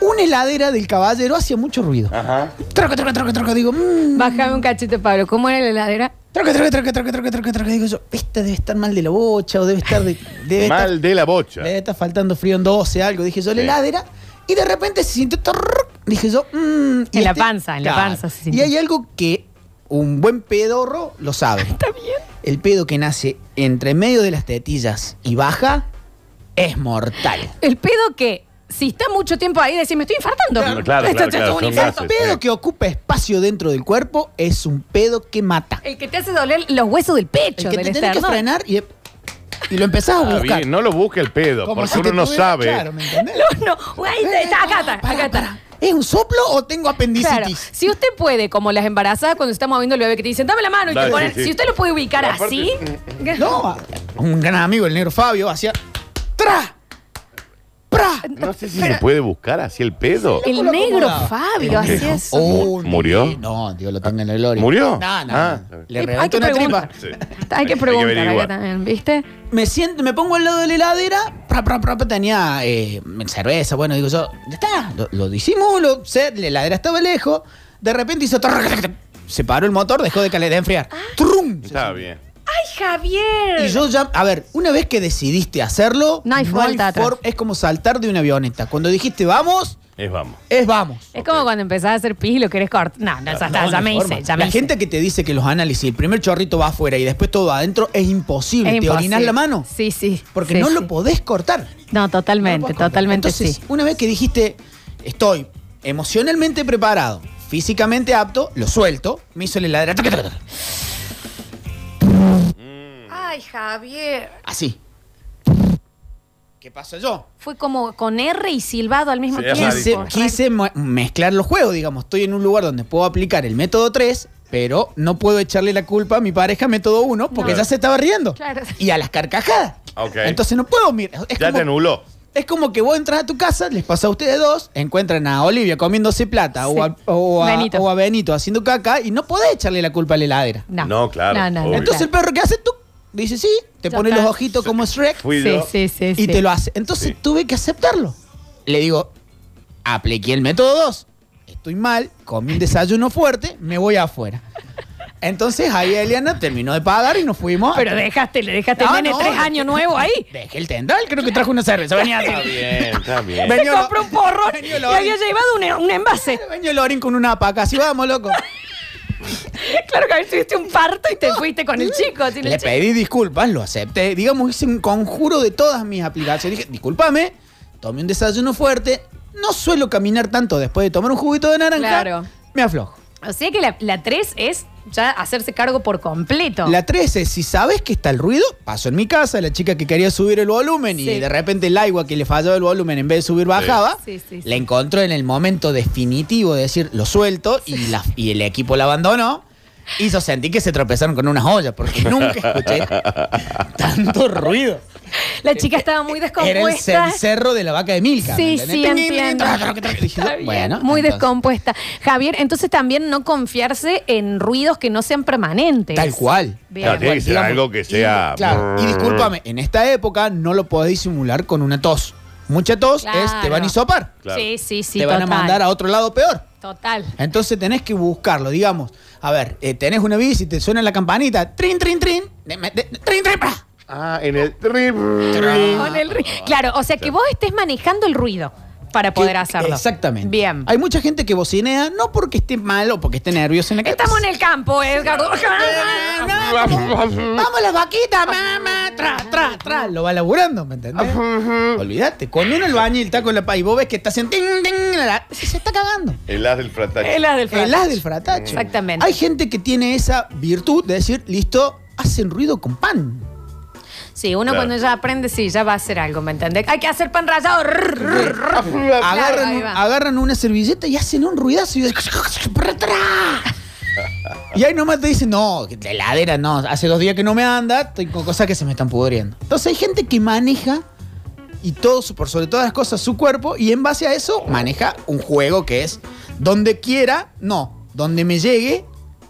[SPEAKER 4] Una heladera del caballero hacía mucho ruido.
[SPEAKER 2] Ajá.
[SPEAKER 4] Troca, troca, troca, troca, digo, mmm.
[SPEAKER 3] Bájame un cachito, Pablo. ¿Cómo era la heladera?
[SPEAKER 4] Troca, troca, troca, troca, troca, troca, troca, digo yo, esta debe estar mal de la bocha o debe estar de. Debe estar
[SPEAKER 2] Mal de la bocha.
[SPEAKER 4] le está faltando frío en 12, algo. Dije yo, la
[SPEAKER 2] Sí.
[SPEAKER 4] heladera. Y de repente se sintió. torrrr. Dije yo, mm, y
[SPEAKER 3] En la panza, en la panza se
[SPEAKER 4] Y
[SPEAKER 3] sintió.
[SPEAKER 4] hay algo que un buen pedorro lo sabe.
[SPEAKER 3] Está bien.
[SPEAKER 4] El pedo que nace entre medio de las tetillas y baja es mortal.
[SPEAKER 3] El pedo que, si está mucho tiempo ahí, decís, me estoy infartando.
[SPEAKER 2] Claro, claro,
[SPEAKER 3] Esto-
[SPEAKER 2] claro,
[SPEAKER 3] esto es
[SPEAKER 2] claro,
[SPEAKER 3] un
[SPEAKER 2] son
[SPEAKER 3] infarto.
[SPEAKER 2] gases.
[SPEAKER 4] El
[SPEAKER 2] Sí,
[SPEAKER 4] pedo
[SPEAKER 2] sí.
[SPEAKER 4] que ocupa espacio dentro del cuerpo es un pedo que mata.
[SPEAKER 3] El que te hace doler los huesos del pecho,
[SPEAKER 4] El que
[SPEAKER 3] del
[SPEAKER 4] te tenés que
[SPEAKER 3] esternón.
[SPEAKER 4] frenar y, y lo empezás a
[SPEAKER 2] Está
[SPEAKER 4] buscar.
[SPEAKER 2] bien, no lo busque el pedo,
[SPEAKER 4] Como
[SPEAKER 2] porque
[SPEAKER 4] si te
[SPEAKER 2] uno no
[SPEAKER 4] tuviera-
[SPEAKER 2] sabe.
[SPEAKER 4] Claro, ¿me entendés? Eh,
[SPEAKER 3] No, no, ahí está, está, acá está,
[SPEAKER 4] Pará,
[SPEAKER 3] acá está.
[SPEAKER 4] pará. ¿Es un soplo o tengo apendicitis?
[SPEAKER 3] Claro, si usted puede, como las embarazadas cuando estamos moviendo el bebé que te dicen, dame la mano y
[SPEAKER 2] Dale,
[SPEAKER 3] te ponen,
[SPEAKER 2] sí, sí.
[SPEAKER 3] si usted lo puede ubicar
[SPEAKER 2] Pero
[SPEAKER 3] así,
[SPEAKER 4] No, a- un gran amigo, el negro Fabio, hacía. ¡Tra! ¡Pra!
[SPEAKER 2] No sé si se puede buscar así el pedo.
[SPEAKER 3] el
[SPEAKER 4] lo
[SPEAKER 3] negro
[SPEAKER 4] acomodaba.
[SPEAKER 3] Fabio
[SPEAKER 2] ¿Qué?
[SPEAKER 3] hacía eso.
[SPEAKER 2] Mu- ¿Murió?
[SPEAKER 4] No, Dios lo tenga en la gloria.
[SPEAKER 2] ¿Murió?
[SPEAKER 4] No, no.
[SPEAKER 2] Ah.
[SPEAKER 4] Le
[SPEAKER 3] Hay
[SPEAKER 4] reventó
[SPEAKER 3] que
[SPEAKER 4] una
[SPEAKER 3] preguntar.
[SPEAKER 4] tripa.
[SPEAKER 2] Sí.
[SPEAKER 3] Hay que
[SPEAKER 2] Hay
[SPEAKER 3] preguntar acá
[SPEAKER 2] averiguar.
[SPEAKER 3] también, ¿viste?
[SPEAKER 4] Me siento, me pongo al lado de la heladera, pra, pra, pra, pra, tenía eh, cerveza, bueno, digo yo, ya está, lo, lo disimulo, sé, la heladera estaba lejos, de repente hizo tar- tar- tar- se paró el motor, dejó de calentar de enfriar.
[SPEAKER 3] Ah.
[SPEAKER 4] ¡Trum!
[SPEAKER 2] Está bien.
[SPEAKER 3] ¡Ay, Javier!
[SPEAKER 4] Y yo ya, a ver, una vez que decidiste hacerlo,
[SPEAKER 3] No hay vuelta atrás.
[SPEAKER 4] for- es como saltar de una avioneta. Cuando dijiste vamos,
[SPEAKER 2] Es vamos.
[SPEAKER 4] es vamos.
[SPEAKER 3] es como cuando empezás a hacer pis y lo querés cortar. No, no, ya, está,
[SPEAKER 4] No,
[SPEAKER 3] ya
[SPEAKER 4] no
[SPEAKER 3] me
[SPEAKER 4] hay forma.
[SPEAKER 3] hice, Eh, ya me
[SPEAKER 4] la
[SPEAKER 3] hice.
[SPEAKER 4] gente que te dice que los análisis, el primer chorrito va afuera y después todo adentro, es imposible.
[SPEAKER 3] Es
[SPEAKER 4] te orinas
[SPEAKER 3] imposible.
[SPEAKER 4] la mano.
[SPEAKER 3] Sí, sí.
[SPEAKER 4] Porque
[SPEAKER 3] sí,
[SPEAKER 4] no
[SPEAKER 3] sí.
[SPEAKER 4] lo podés cortar.
[SPEAKER 3] No, totalmente,
[SPEAKER 4] No lo podés cortar.
[SPEAKER 3] totalmente
[SPEAKER 4] Entonces,
[SPEAKER 3] sí.
[SPEAKER 4] una vez que dijiste, estoy emocionalmente preparado, físicamente apto, lo suelto, me hizo la heladera. taca, taca, taca.
[SPEAKER 3] Ay, Javier.
[SPEAKER 4] Así. ¿Qué pasó yo?
[SPEAKER 3] Fue como con R y silbado al mismo
[SPEAKER 2] Sí,
[SPEAKER 3] tiempo.
[SPEAKER 4] Quise,
[SPEAKER 2] rarísimo.
[SPEAKER 4] quise mo- mezclar los juegos, digamos. Estoy en un lugar donde puedo aplicar el método 3, pero no puedo echarle la culpa a mi pareja método 1 porque
[SPEAKER 2] No.
[SPEAKER 4] ya se estaba riendo.
[SPEAKER 3] Claro.
[SPEAKER 4] Y a las carcajadas.
[SPEAKER 2] Ok.
[SPEAKER 4] Entonces no puedo mirar. Es,
[SPEAKER 2] Ya te
[SPEAKER 4] como,
[SPEAKER 2] anuló.
[SPEAKER 4] es como que vos entras a tu casa, les pasa a ustedes dos, encuentran a Olivia comiéndose plata
[SPEAKER 3] Sí.
[SPEAKER 4] o, a, o, a-
[SPEAKER 3] Benito.
[SPEAKER 4] o a Benito haciendo caca y no podés echarle la culpa a la heladera.
[SPEAKER 3] No,
[SPEAKER 2] No, claro,
[SPEAKER 3] No, no, no,
[SPEAKER 2] obvio.
[SPEAKER 4] Entonces el perro que hace tú dice sí, te
[SPEAKER 3] Ya
[SPEAKER 4] pone
[SPEAKER 3] está.
[SPEAKER 4] los ojitos como Shrek
[SPEAKER 2] Fui
[SPEAKER 3] Sí,
[SPEAKER 2] yo.
[SPEAKER 3] sí, sí.
[SPEAKER 4] y
[SPEAKER 3] sí.
[SPEAKER 4] te lo hace. Entonces
[SPEAKER 2] Sí.
[SPEAKER 4] tuve que aceptarlo. Le digo, apliqué el método 2. Estoy mal, comí un desayuno fuerte, me voy afuera. Entonces ahí Eliana terminó de pagar y nos fuimos.
[SPEAKER 3] Pero dejaste, le dejaste al
[SPEAKER 4] No,
[SPEAKER 3] nene
[SPEAKER 4] no,
[SPEAKER 3] tres
[SPEAKER 4] no.
[SPEAKER 3] años nuevo ahí.
[SPEAKER 4] Dejé el tendal, creo que trajo una cerveza. Venía
[SPEAKER 2] Está
[SPEAKER 4] así.
[SPEAKER 2] bien, está bien.
[SPEAKER 4] Ven-
[SPEAKER 3] Se
[SPEAKER 4] Señor-
[SPEAKER 3] compró un porro y
[SPEAKER 4] Señor Lorenzo.
[SPEAKER 3] había llevado un, un envase.
[SPEAKER 4] Venía Lorin con una paca, así vamos, loco.
[SPEAKER 3] Claro que a veces tuviste un parto y te fuiste con el chico. sin el
[SPEAKER 4] Le
[SPEAKER 3] chico.
[SPEAKER 4] pedí disculpas, lo acepté. Digamos, hice un conjuro de todas mis aplicaciones. Dije, discúlpame, tomé un desayuno fuerte. No suelo caminar tanto después de tomar un juguito de naranja.
[SPEAKER 3] Claro.
[SPEAKER 4] Me aflojo.
[SPEAKER 3] O sea que la 3 es ya hacerse cargo por completo.
[SPEAKER 4] La 13, si sabes que está el ruido, paso en mi casa, la chica que quería subir el volumen
[SPEAKER 3] Sí.
[SPEAKER 4] y de repente el agua que le fallaba el volumen en vez de subir bajaba,
[SPEAKER 3] Sí, sí, sí.
[SPEAKER 4] la encontró en el momento definitivo de decir lo suelto y, la- y el equipo la abandonó. Hizo sentir que se tropezaron con unas ollas porque nunca escuché tanto ruido.
[SPEAKER 3] La chica estaba muy
[SPEAKER 4] Era el
[SPEAKER 3] descompuesta.
[SPEAKER 4] cencerro de la vaca de Milka. ¿me
[SPEAKER 3] Sí,
[SPEAKER 4] entendés?
[SPEAKER 3] sí,
[SPEAKER 4] Ting, ting,
[SPEAKER 3] entiendo.
[SPEAKER 4] tra, tra, tra. Dije,
[SPEAKER 3] Está bien,
[SPEAKER 4] bueno,
[SPEAKER 3] muy
[SPEAKER 4] entonces,
[SPEAKER 3] descompuesta. Javier, entonces también no confiarse en ruidos que no sean permanentes.
[SPEAKER 4] Tal cual.
[SPEAKER 3] Bien.
[SPEAKER 2] Claro, tiene que ser
[SPEAKER 4] Digamos,
[SPEAKER 2] algo que sea.
[SPEAKER 4] Claro, y discúlpame, en esta época no lo podés disimular con una tos. Mucha tos es te van a hisopar.
[SPEAKER 3] Sí, sí, sí.
[SPEAKER 4] te van
[SPEAKER 3] total.
[SPEAKER 4] a mandar a otro lado peor.
[SPEAKER 3] Total.
[SPEAKER 4] Entonces tenés que buscarlo, digamos. A ver, eh, tenés una bici, te suena la campanita, trin, trin, trin, de- de- de- trin, trin, pa.
[SPEAKER 2] Ah, en el. tri-
[SPEAKER 3] Con el ri- Claro, o sea que vos estés manejando el ruido para poder
[SPEAKER 4] Que-
[SPEAKER 3] hacerlo.
[SPEAKER 4] Exactamente.
[SPEAKER 3] Bien.
[SPEAKER 4] Hay mucha gente que bocinea no porque esté mal o porque esté nervioso en la cabeza.
[SPEAKER 3] Estamos en el campo, Edgardo.
[SPEAKER 4] Vamos las vaquitas, mamá, tra, tra, tra. Lo va laburando, ¿me entendés? Olvídate, cuando uno lo baña y está con la pa y vos ves que está haciendo ting, ting, la, la, se está cagando.
[SPEAKER 2] El as del fratacho.
[SPEAKER 3] El as del fratacho.
[SPEAKER 4] El as del fratacho.
[SPEAKER 3] Exactamente.
[SPEAKER 4] Hay gente que tiene esa virtud de decir, listo, hacen ruido con pan.
[SPEAKER 3] Sí, uno
[SPEAKER 4] Claro.
[SPEAKER 3] cuando ya aprende, sí, ya va a hacer algo, ¿me entendés? Hay que hacer pan rallado. Rrr, rrr, rrr. Claro,
[SPEAKER 4] Agarran,
[SPEAKER 3] ahí
[SPEAKER 4] un-
[SPEAKER 3] va.
[SPEAKER 4] agarran una servilleta y hacen un ruidazo y, y ahí nomás te dicen, no, la heladera no, hace dos días que no me anda, estoy con cosas que se me están pudriendo. Entonces hay gente que maneja y todo, su- por sobre todas las cosas, su cuerpo y en base a eso maneja un juego que es donde quiera, no, donde me llegue,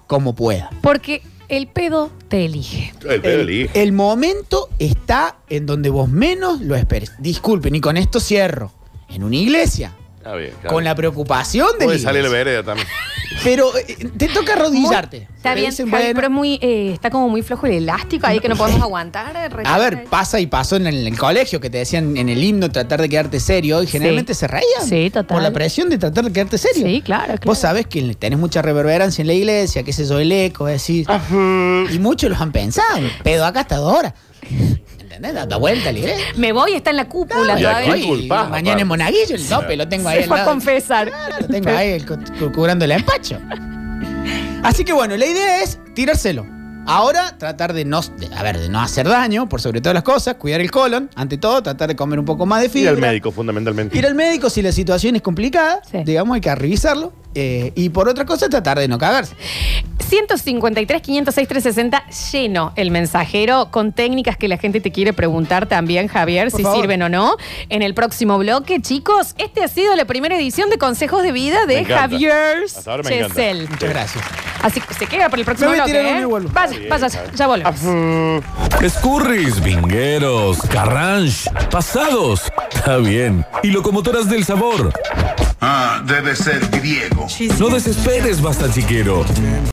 [SPEAKER 4] como pueda.
[SPEAKER 3] Porque el pedo te elige.
[SPEAKER 2] El pedo elige.
[SPEAKER 4] El momento está en donde vos menos lo esperes. Disculpen, y con esto cierro. En una iglesia.
[SPEAKER 2] Está bien, claro.
[SPEAKER 4] Con la preocupación de
[SPEAKER 2] Puede
[SPEAKER 4] la
[SPEAKER 2] salir la
[SPEAKER 4] iglesia.
[SPEAKER 2] vereda también.
[SPEAKER 4] Pero eh, te toca arrodillarte.
[SPEAKER 3] Está
[SPEAKER 4] Te
[SPEAKER 3] bien,
[SPEAKER 4] dicen,
[SPEAKER 3] Javi,
[SPEAKER 4] bueno,
[SPEAKER 3] pero es muy, eh, está como muy flojo el elástico ahí que no podemos aguantar. eh,
[SPEAKER 4] a
[SPEAKER 3] rechazar
[SPEAKER 4] ver, pasa y pasó en el, en el colegio que te decían en el himno tratar de quedarte serio y generalmente se reían.
[SPEAKER 3] Sí, total.
[SPEAKER 4] Por la presión de tratar de quedarte serio.
[SPEAKER 3] Sí, claro, claro.
[SPEAKER 4] Vos sabés que tenés mucha reverberancia en la iglesia, qué sé yo, el eco, decís. Y muchos los han pensado. Pedo acá hasta dos horas. ¿Entendés? Da, da vuelta a la iglesia.
[SPEAKER 3] Me voy, está en la cúpula
[SPEAKER 4] Y
[SPEAKER 3] todavía.
[SPEAKER 4] aquí culpás, Mañana en Monaguillo, el tope, lo tengo ahí
[SPEAKER 3] Se
[SPEAKER 4] al
[SPEAKER 3] fue a
[SPEAKER 4] lado.
[SPEAKER 3] confesar.
[SPEAKER 4] Lo tengo ahí el cu- cu- curando el empacho. Así que bueno, la idea es tirárselo. Ahora tratar de no, de- a ver, de no hacer daño, por sobre todas las cosas, cuidar el colon, ante todo, tratar de comer un poco más de
[SPEAKER 2] Ir
[SPEAKER 4] fibra.
[SPEAKER 2] al médico, fundamentalmente.
[SPEAKER 4] Ir al médico si la situación es complicada, digamos, hay que revisarlo. eh, y por otra cosa, tratar de no cagarse.
[SPEAKER 3] 153, 506, 360, lleno el mensajero con técnicas que la gente te quiere preguntar también, Javier,
[SPEAKER 4] Por
[SPEAKER 3] si
[SPEAKER 4] favor.
[SPEAKER 3] sirven o no. En el próximo bloque, chicos, este ha sido la primera edición de Consejos de Vida
[SPEAKER 2] Me
[SPEAKER 3] de
[SPEAKER 2] encanta.
[SPEAKER 3] Javier
[SPEAKER 2] Hasta ahora me
[SPEAKER 3] Chesel.
[SPEAKER 2] encanta.
[SPEAKER 4] Muchas gracias.
[SPEAKER 3] Así que se queda para el próximo
[SPEAKER 4] Me voy a
[SPEAKER 3] bloque.
[SPEAKER 4] tirar un
[SPEAKER 3] ¿eh?
[SPEAKER 4] y vuelvo.
[SPEAKER 3] Vaya,
[SPEAKER 2] Está
[SPEAKER 3] vaya,
[SPEAKER 2] bien,
[SPEAKER 3] ya volvemos.
[SPEAKER 1] Escurris, vingueros, carranche, pasados, está bien, y locomotoras del sabor.
[SPEAKER 13] Ah, debe ser griego.
[SPEAKER 1] No desesperes, basta chiquero.